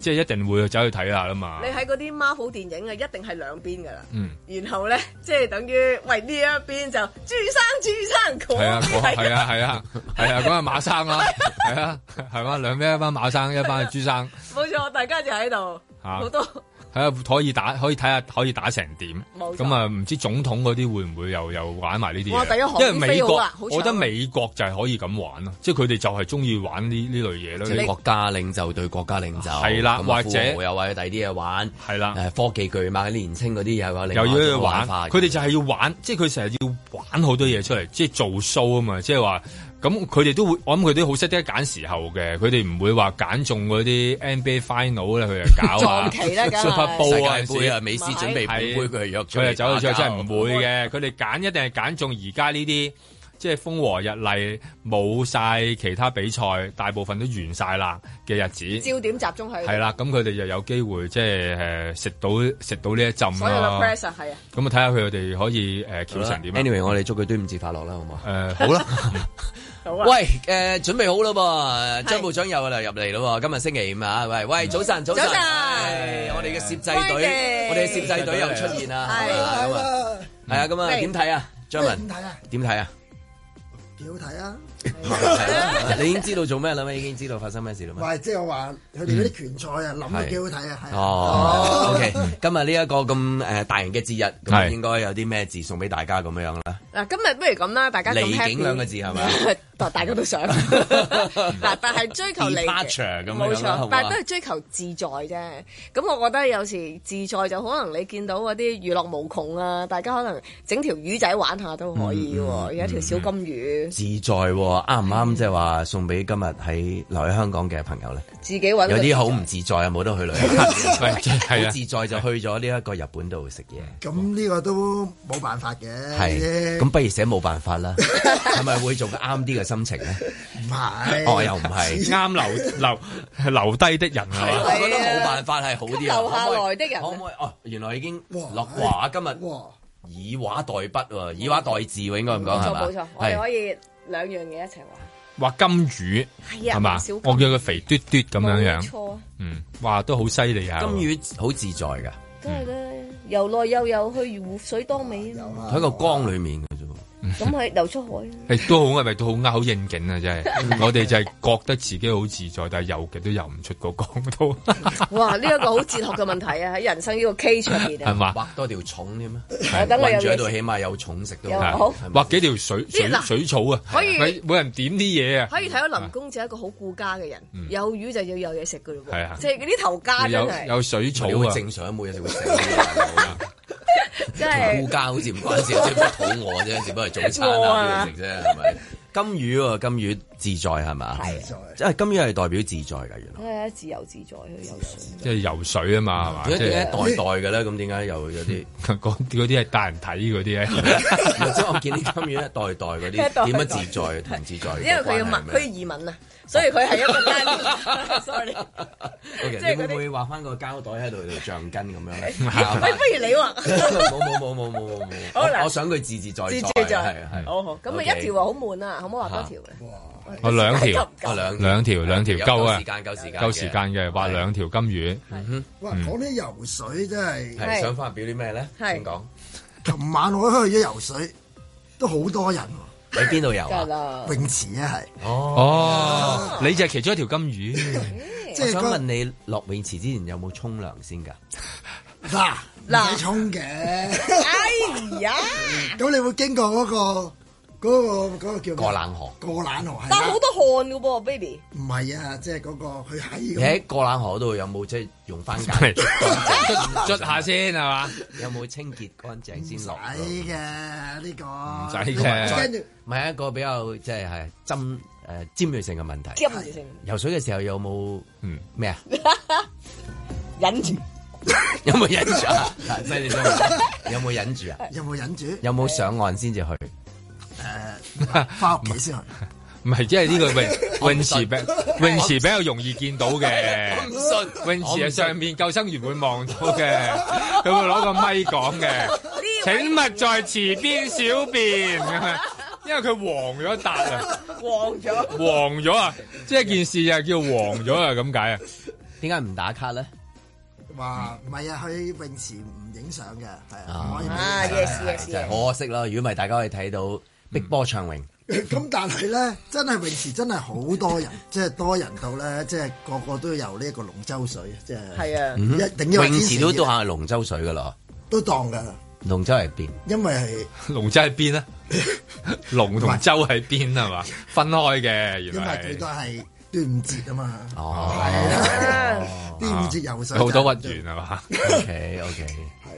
Speaker 3: 即係一定會走去睇下啦嘛
Speaker 4: 你，喺嗰啲 Marvel 電影啊，一定係兩邊噶啦。
Speaker 3: 嗯。
Speaker 4: 然後咧， 即係等於喂呢一邊就朱生朱生，
Speaker 3: 係啊，
Speaker 4: 嗰
Speaker 3: 嗰
Speaker 4: 邊
Speaker 3: 係啊，係啊，係啊，咁啊 馬生啦，係啊，係嘛，兩邊一班馬生，一班係朱生，
Speaker 4: 冇錯，大家就喺度
Speaker 3: 啊
Speaker 4: 好多
Speaker 3: 睇下可以打，可以睇下可以打成點。
Speaker 4: 冇錯
Speaker 3: 咁啊，唔知總統嗰啲會唔會又又玩埋呢啲
Speaker 4: 哇第一
Speaker 3: 嘢？
Speaker 4: 行
Speaker 3: 因為美
Speaker 4: 飛好
Speaker 3: 國
Speaker 4: 啦，好
Speaker 3: 我
Speaker 4: 搶
Speaker 3: 覺得美國就係可以咁玩咯，即係佢哋就係中意玩呢呢類嘢咯。
Speaker 2: 即係國家領袖對國家領袖，
Speaker 3: 係啦
Speaker 2: 咁啊
Speaker 3: 或者
Speaker 2: 富豪又或者第啲嘢玩，
Speaker 3: 係啦，
Speaker 2: 誒科技巨擘年青嗰啲又話另
Speaker 3: 又
Speaker 2: 外
Speaker 3: 要
Speaker 2: 一
Speaker 3: 去
Speaker 2: 種
Speaker 3: 玩，
Speaker 2: 法
Speaker 3: 佢哋就係要玩，即係佢成日要玩好多嘢出嚟，即係做 show 啊嘛，即係話咁佢哋都會，我諗佢哋都好識得揀時候嘅，佢哋唔會話揀中嗰啲 NBA final 咧，佢就搞啊
Speaker 2: 撞期啦梗係
Speaker 3: Super Bowl 啊
Speaker 2: 世界盃啊美斯準備捧杯佢係約出嚟
Speaker 3: 佢哋走去之後
Speaker 2: 打
Speaker 3: 真
Speaker 2: 交啊
Speaker 3: 係唔會嘅，佢哋揀一定係揀中而家呢啲。即係風和日麗，冇晒其他比賽，大部分都完晒啦嘅日子。
Speaker 4: 焦點集中喺
Speaker 3: 係啦，咁佢哋就有機會即係誒食到食到呢一浸
Speaker 4: 所有嘅
Speaker 3: 啦。
Speaker 4: press 啊係啊，
Speaker 3: 咁啊，睇下佢哋可以誒
Speaker 2: 好
Speaker 3: 翹
Speaker 2: 啦
Speaker 3: 成點啊
Speaker 2: Anyway，我哋祝佢端午節快樂啦，好啊嘛？
Speaker 3: 誒 好啦。
Speaker 4: 好啊
Speaker 2: 喂，誒準備好啦噃，張部長有啦入嚟啦喎，今日星期五啊，喂喂，早晨早晨，
Speaker 4: 嗯早晨
Speaker 2: 係我哋嘅攝製隊，
Speaker 4: Wendy
Speaker 2: 我哋嘅攝製隊又出現啦，
Speaker 4: 係
Speaker 2: 係嘛咁啊，係啊，咁啊
Speaker 4: 嚟
Speaker 2: 點睇啊，張
Speaker 18: 點
Speaker 2: 文
Speaker 18: 睇啊？
Speaker 2: 點 睇啊？
Speaker 18: 幾好睇啊！
Speaker 2: 你已經知道做咩啦咩？已經知道發生咩事啦咩？
Speaker 18: 喂，即係我話佢哋嗰啲拳賽啊，諗
Speaker 2: 係
Speaker 18: 都幾好睇啊，係啊
Speaker 2: 哦，OK，今日呢一個咁誒大型嘅節日，咁應該有啲咩字送俾大家咁樣啦？
Speaker 4: 嗱，今日不如咁啦，大家咁
Speaker 2: 離境
Speaker 4: happy
Speaker 2: 兩個字係咪？
Speaker 4: 但 大家 都想嗱，但係追求離
Speaker 2: Departure E 咁樣啦
Speaker 4: 冇
Speaker 2: 好嘛啊
Speaker 4: 錯，但係都係追求自在啫。咁我覺得有時自在就可能你見到嗰啲娛樂無窮啊，大家可能整條魚仔玩下都可以
Speaker 2: 嗯
Speaker 4: 喎，
Speaker 2: 嗯
Speaker 4: 有一條小金魚，
Speaker 2: 自在喎，啱唔啱？即係話送俾今日喺留喺香港嘅朋友咧，
Speaker 4: 自己揾
Speaker 2: 有啲好
Speaker 4: 個自
Speaker 2: 唔自在啊，冇得去旅行，
Speaker 18: 喂真係啊
Speaker 2: 好自在就去咗呢一個日本度食嘢。
Speaker 18: 咁呢個都冇辦法嘅，
Speaker 2: 係，咁不如寫冇辦法啦，係咪會做個啱啲嘅心情 咧？
Speaker 18: 唔係
Speaker 2: 哦，又唔係
Speaker 18: 啱
Speaker 3: 留留留低的人
Speaker 2: 係啊，我覺得冇辦法係好啲啊。
Speaker 4: 哎留下
Speaker 2: 可唔可以
Speaker 4: 來的人，
Speaker 2: 哦，原來已經落畫今日以畫代筆喎，以畫代字喎，應該咁講
Speaker 4: 冇
Speaker 2: 係
Speaker 4: 錯
Speaker 2: 嘛？
Speaker 4: 冇錯，我哋可以兩樣嘢一齊玩。
Speaker 3: 畫金魚
Speaker 4: 係啊
Speaker 3: 係嘛
Speaker 4: 唔少？金
Speaker 3: 我叫佢肥嘟嘟咁樣
Speaker 4: 冇
Speaker 3: 樣，
Speaker 4: 錯，
Speaker 3: 嗯，哇，都好犀利啊！
Speaker 2: 金魚好自在㗎，
Speaker 4: 梗係啦，游來游游去，湖水當美啊嘛，
Speaker 2: 喺個缸裡面嘅啫喎。
Speaker 4: 咁係游出海啊啦。
Speaker 3: 亦都好係咪都好啱好應景啊！真係，我哋就係覺得自己好自在，但係游極都游唔出個江都，
Speaker 4: 哇！呢一個好哲學嘅問題啊，喺人生呢個 K 上面
Speaker 3: 係
Speaker 4: 啊，
Speaker 3: 嘛？
Speaker 2: 畫多條蟲添啊！
Speaker 4: 我 等我有
Speaker 2: 困住喺
Speaker 4: 嘢
Speaker 2: 度，
Speaker 4: 食
Speaker 2: 起碼有蟲食到。
Speaker 4: 有好
Speaker 3: 畫幾條水
Speaker 4: 即係
Speaker 3: 水
Speaker 4: 嗱
Speaker 3: 水草啊！
Speaker 4: 可以
Speaker 3: 咪每人點啲嘢啊！
Speaker 4: 可以睇到林公子係一個好顧家嘅人，有魚就要有嘢食噶咯
Speaker 3: 係啊
Speaker 4: 喎，即係嗰啲頭家真
Speaker 3: 有
Speaker 4: 係，
Speaker 3: 有水草
Speaker 2: 你會
Speaker 3: 啊！
Speaker 2: 正常每日會食。顧
Speaker 4: 真係
Speaker 2: 家好似唔關事，只不過肚餓啫，只不過係早餐啊，
Speaker 4: 餓啊
Speaker 2: 邊度食啫，係咪？金魚喎，金魚自在係嘛？
Speaker 4: 係啊
Speaker 2: 即係今日係代表自在㗎，原來
Speaker 4: 係啊，自由自在去游水。
Speaker 3: 即係游水啊嘛，係嘛？
Speaker 2: 點解點解代代
Speaker 3: 嘅
Speaker 2: 咧？咁點解又有啲
Speaker 3: 嗰啲嗰啲係帶人睇嗰啲咧？
Speaker 2: 即係我見啲金魚一代代嗰啲
Speaker 4: 一代代
Speaker 2: 點樣自在同唔自在嘅關係係咩，
Speaker 4: 因為佢要民，佢要移民啊，所以佢係一個 單 sorry。
Speaker 2: OK，
Speaker 4: 即係
Speaker 2: 你
Speaker 4: 嗰啲
Speaker 2: 會唔會畫翻個膠袋喺度條橡筋咁樣咧？
Speaker 4: 喂，不如你話
Speaker 2: 冇冇冇冇冇冇冇，
Speaker 4: 好嗱
Speaker 2: 我我想佢自自在
Speaker 4: 自
Speaker 2: 在，
Speaker 4: 自
Speaker 2: 係
Speaker 4: 在
Speaker 2: 係，
Speaker 4: 好好。咁啊，
Speaker 2: OK
Speaker 4: 一條啊好悶啊，可唔可以畫多條咧？
Speaker 3: 我兩
Speaker 4: 夠
Speaker 3: 條
Speaker 4: 唔，夠
Speaker 2: 啊兩條
Speaker 3: 兩條兩條
Speaker 2: 有
Speaker 3: 夠
Speaker 2: 夠
Speaker 3: 啊！
Speaker 2: 時間夠時間
Speaker 3: 夠
Speaker 2: 嘅
Speaker 3: 時間嘅，畫兩條金魚。嗯
Speaker 18: 哇，
Speaker 3: 哼
Speaker 18: 講啲游水真係，
Speaker 2: 係想發表啲咩咧？
Speaker 18: 係
Speaker 2: 請講，
Speaker 18: 琴晚我都去咗游水，都好多人喎，
Speaker 2: 你邊度游
Speaker 4: 哎
Speaker 2: 啊？
Speaker 18: 泳池啊係。
Speaker 3: 哦，你就係其中一條金魚。
Speaker 18: 即
Speaker 2: 我
Speaker 18: 係
Speaker 2: 想
Speaker 18: 嗰
Speaker 2: 問你落泳池之前有冇沖涼先㗎？
Speaker 18: 嗱嗱，衝嘅。哎
Speaker 4: 呀！
Speaker 18: 咁你會經過嗰個嗰個嗰個叫
Speaker 2: 過冷河。
Speaker 18: 過冷河係
Speaker 4: 但係
Speaker 18: 啦
Speaker 4: 好，多汗噶噃，baby。
Speaker 18: 唔係啊，即係嗰個佢喺
Speaker 2: 你
Speaker 18: 咁
Speaker 2: 喺過冷河度有冇即係用番梘捽
Speaker 3: 下先係嘛？
Speaker 2: 有冇清潔乾淨先落？
Speaker 18: 睇嘅呢個。唔
Speaker 2: 唔
Speaker 3: Dạ.
Speaker 2: 使
Speaker 18: 嘅跟住
Speaker 2: 唔係一個比較即係係針誒尖鋭性嘅問題。
Speaker 4: 尖鋭性
Speaker 2: 游水嘅時候有冇咩啊？
Speaker 4: 忍住，
Speaker 2: 有冇忍住啊？嗱犀利咗 我有冇忍住啊？
Speaker 18: 有冇忍住？
Speaker 2: 有冇上岸先至去？
Speaker 18: 誒，翻屋企先去。
Speaker 3: 唔係，即係呢個
Speaker 2: 我
Speaker 3: 泳
Speaker 2: 唔
Speaker 3: 泳
Speaker 2: 信
Speaker 3: 池比泳池比較容易見到嘅。
Speaker 2: 我唔信
Speaker 3: 泳
Speaker 2: 我唔
Speaker 3: 池係
Speaker 2: 信
Speaker 3: 上面救生員會望到嘅，佢會攞個咪講嘅。 請勿在池邊小便 咁樣，因為佢黃咗笪啊，
Speaker 4: 黃咗。
Speaker 3: 黃咗啊，即係件事就係叫黃咗啊，咁解啊？
Speaker 2: 點解唔打卡咧？
Speaker 18: 話唔係啊，去泳池唔影相嘅，係啊，唔可以俾
Speaker 4: 啊
Speaker 18: 你影相
Speaker 4: ，yes yes
Speaker 2: 就係
Speaker 4: yes。
Speaker 2: 可惜啦，如果唔係大家可以睇到碧波長榮。
Speaker 18: 咁但係咧，真係泳池真係好多人，即係多人到咧，即係個個都有呢一個龍舟水，即係
Speaker 4: 係啊
Speaker 2: 嗯
Speaker 18: 一定要
Speaker 2: 泳池都都下龍舟水噶啦，
Speaker 18: 都當㗎啦，
Speaker 2: 龍舟係邊？
Speaker 18: 因為係
Speaker 3: 龍舟喺 邊啊？龍同舟喺邊係嘛？分開嘅原
Speaker 18: 因為
Speaker 3: 來
Speaker 18: 佢都係端午節啊嘛，
Speaker 2: 哦，
Speaker 18: 端午節游水
Speaker 3: 好多
Speaker 18: 就
Speaker 3: 屈原係嘛？
Speaker 2: OK OK，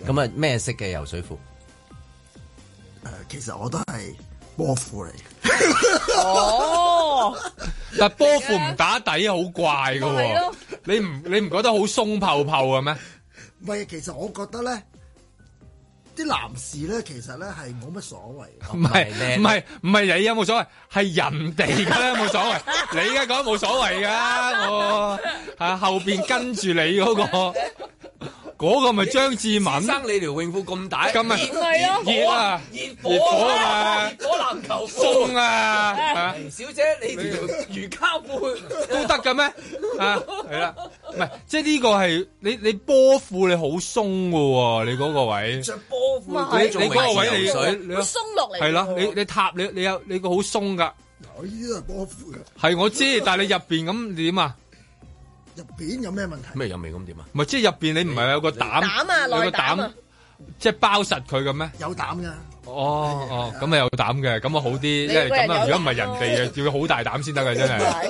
Speaker 2: 咁啊咩色嘅游水褲？
Speaker 18: 誒，其實我都係波褲嚟，
Speaker 4: 哦，
Speaker 3: 但波褲唔打底好怪㗎
Speaker 18: 咪係
Speaker 3: 喎
Speaker 18: 咯，
Speaker 3: 你唔你唔覺得好鬆泡泡嘅咩？
Speaker 18: 唔係其實我覺得咧，啲男士咧其實咧係冇乜所謂。
Speaker 3: 唔係唔係唔係你有冇所謂，係人哋嘅咧冇 所謂，你而家講冇所謂噶，我啊後邊跟住你嗰、個，嗰個咪張 志文。生
Speaker 2: 你條泳褲咁大
Speaker 3: 咁咪熱啊，熱火啊嘛，
Speaker 2: 火籃 球
Speaker 3: 鬆啊係啊
Speaker 2: 小姐你條魚膠褲
Speaker 3: 都得嘅咩？啊，係啦，唔係即係呢個係你你波褲你好鬆嘅喎，你嗰個位。
Speaker 2: 波
Speaker 3: 你你嗰個位你你
Speaker 4: 會鬆落嚟。
Speaker 3: 係啦，你你塔你你有你個好鬆㗎，
Speaker 18: 我呢啲都係波褲嘅，
Speaker 3: 係我知，但係你入邊咁點啊？
Speaker 18: 入邊有咩問題？
Speaker 2: 咩入面咁點啊？
Speaker 3: 唔係，即係入邊你唔係有個膽，
Speaker 18: 膽啊
Speaker 3: 有個
Speaker 18: 內膽啊
Speaker 3: 即係包實佢嘅咩？
Speaker 18: 有膽㗎，
Speaker 3: 哦哦，咁啊有膽嘅，咁啊好啲，因為
Speaker 18: 個人
Speaker 3: 咁啊，
Speaker 18: 有
Speaker 3: 如果唔係人哋嘅，要好大膽先得嘅，真 係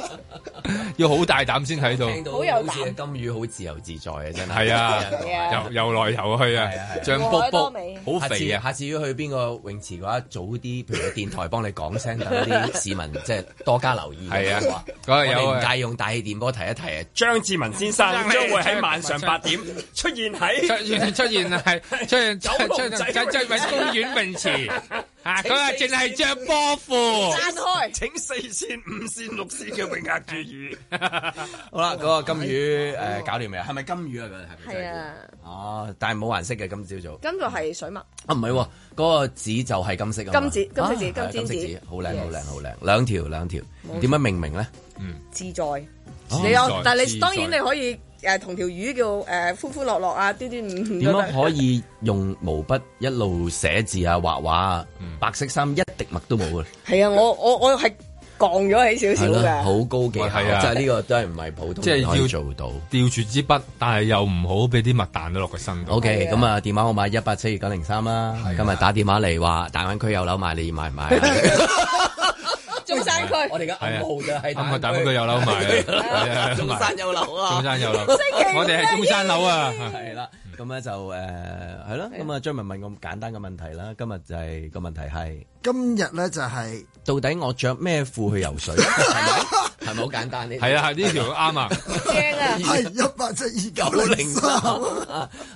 Speaker 3: 要好大膽先睇到。
Speaker 2: 聽到好有似金魚好自由自在啊，真係。
Speaker 3: 係啊 游
Speaker 2: 係，
Speaker 3: 游來游去啊，像卜卜，好肥啊！
Speaker 2: 下次如果去邊個泳池嘅話，早啲譬如電台幫你講聲，等啲市民即係多加留意。
Speaker 3: 係啊
Speaker 2: 好嘛
Speaker 3: 嗰個有啊
Speaker 2: 我哋唔介意用大氣電波提一提啊。張志文先生
Speaker 3: 生
Speaker 2: 將會喺晚上八點出現喺
Speaker 3: 出現出現係出現出
Speaker 2: 九龍
Speaker 3: 出
Speaker 2: 仔
Speaker 3: 出出喺公園泳池啊！佢話淨係着波褲，
Speaker 4: 散開。
Speaker 2: 請四線、五線、六線嘅泳客注意。好啦，嗰個金魚誒搞掂未啊？係咪金魚啊？佢係咪真
Speaker 4: 係
Speaker 2: 係叫？
Speaker 4: 啊，
Speaker 2: 哦，但係冇顏色嘅今朝早。
Speaker 4: 今個係水墨。
Speaker 2: 啊，唔係喎，嗰個紙就係金色啊嘛。
Speaker 4: 金紙金
Speaker 2: 啊係
Speaker 4: 色紙
Speaker 2: 啊
Speaker 4: 金
Speaker 2: 金
Speaker 4: 紙
Speaker 2: 色
Speaker 4: 紙
Speaker 2: 紙，好靚
Speaker 4: Yes
Speaker 2: 好靚好靚，兩條兩條
Speaker 4: 冇，錯
Speaker 2: 點樣命名咧？
Speaker 4: 自在。
Speaker 2: 自
Speaker 4: 你有
Speaker 2: 在，
Speaker 4: 但係
Speaker 2: 自
Speaker 4: 你
Speaker 2: 在
Speaker 4: 當然你可以誒同條魚叫誒歡歡樂樂啊，端端午午
Speaker 2: 點
Speaker 4: 都
Speaker 2: 樣
Speaker 4: 得。
Speaker 2: 可以用毛筆一路寫字啊、畫畫啊？
Speaker 3: 嗯
Speaker 2: 白色衫一滴墨都冇嘅，
Speaker 4: 係啊，我我我係降咗起少
Speaker 2: 係
Speaker 4: 少
Speaker 2: 咯，
Speaker 4: 嘅。
Speaker 2: 好高技巧，
Speaker 3: 係啊
Speaker 2: 真係呢個真係唔係普通
Speaker 3: 即係
Speaker 2: 人可以
Speaker 3: 要
Speaker 2: 做到。
Speaker 3: 吊住支筆，但係又唔好俾啲墨彈到落個身度。
Speaker 2: O K，咁啊，電話號碼一八七二九零三啦。
Speaker 3: 啊
Speaker 2: 今日打電話嚟話大灣區有樓賣，你買 唔買啊？
Speaker 4: 中山區，
Speaker 2: 我哋嘅
Speaker 3: 暗號
Speaker 2: 就係
Speaker 3: 暗號大灣區有樓賣啊係啊
Speaker 2: 中山有樓啊，
Speaker 3: 中山有樓
Speaker 2: 星期五
Speaker 3: 我哋係中山樓啊
Speaker 2: 係啦，咁咧就誒係咯，咁啊張文問咁簡單嘅問題啦，今日就係個問題係
Speaker 18: 今日咧就係、
Speaker 2: 到底我着咩褲去游水？係咪係咪好簡單呢？
Speaker 3: 係啊係呢條啱啊！
Speaker 18: 驚
Speaker 4: à.
Speaker 18: 啊！係一八七二九零三。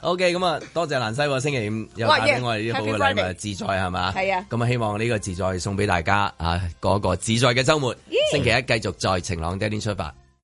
Speaker 2: OK，咁啊，多謝蘭西喎，星期五又
Speaker 18: 哇
Speaker 2: 帶俾我哋
Speaker 18: yeah，
Speaker 2: 呢個
Speaker 18: Happy
Speaker 2: 禮
Speaker 18: Friday
Speaker 2: 物自在係嘛？
Speaker 18: 係啊
Speaker 2: 咁啊，希望呢個自在送俾大家啊，嗰個自在嘅週末，星期一繼續在晴朗的一天出發。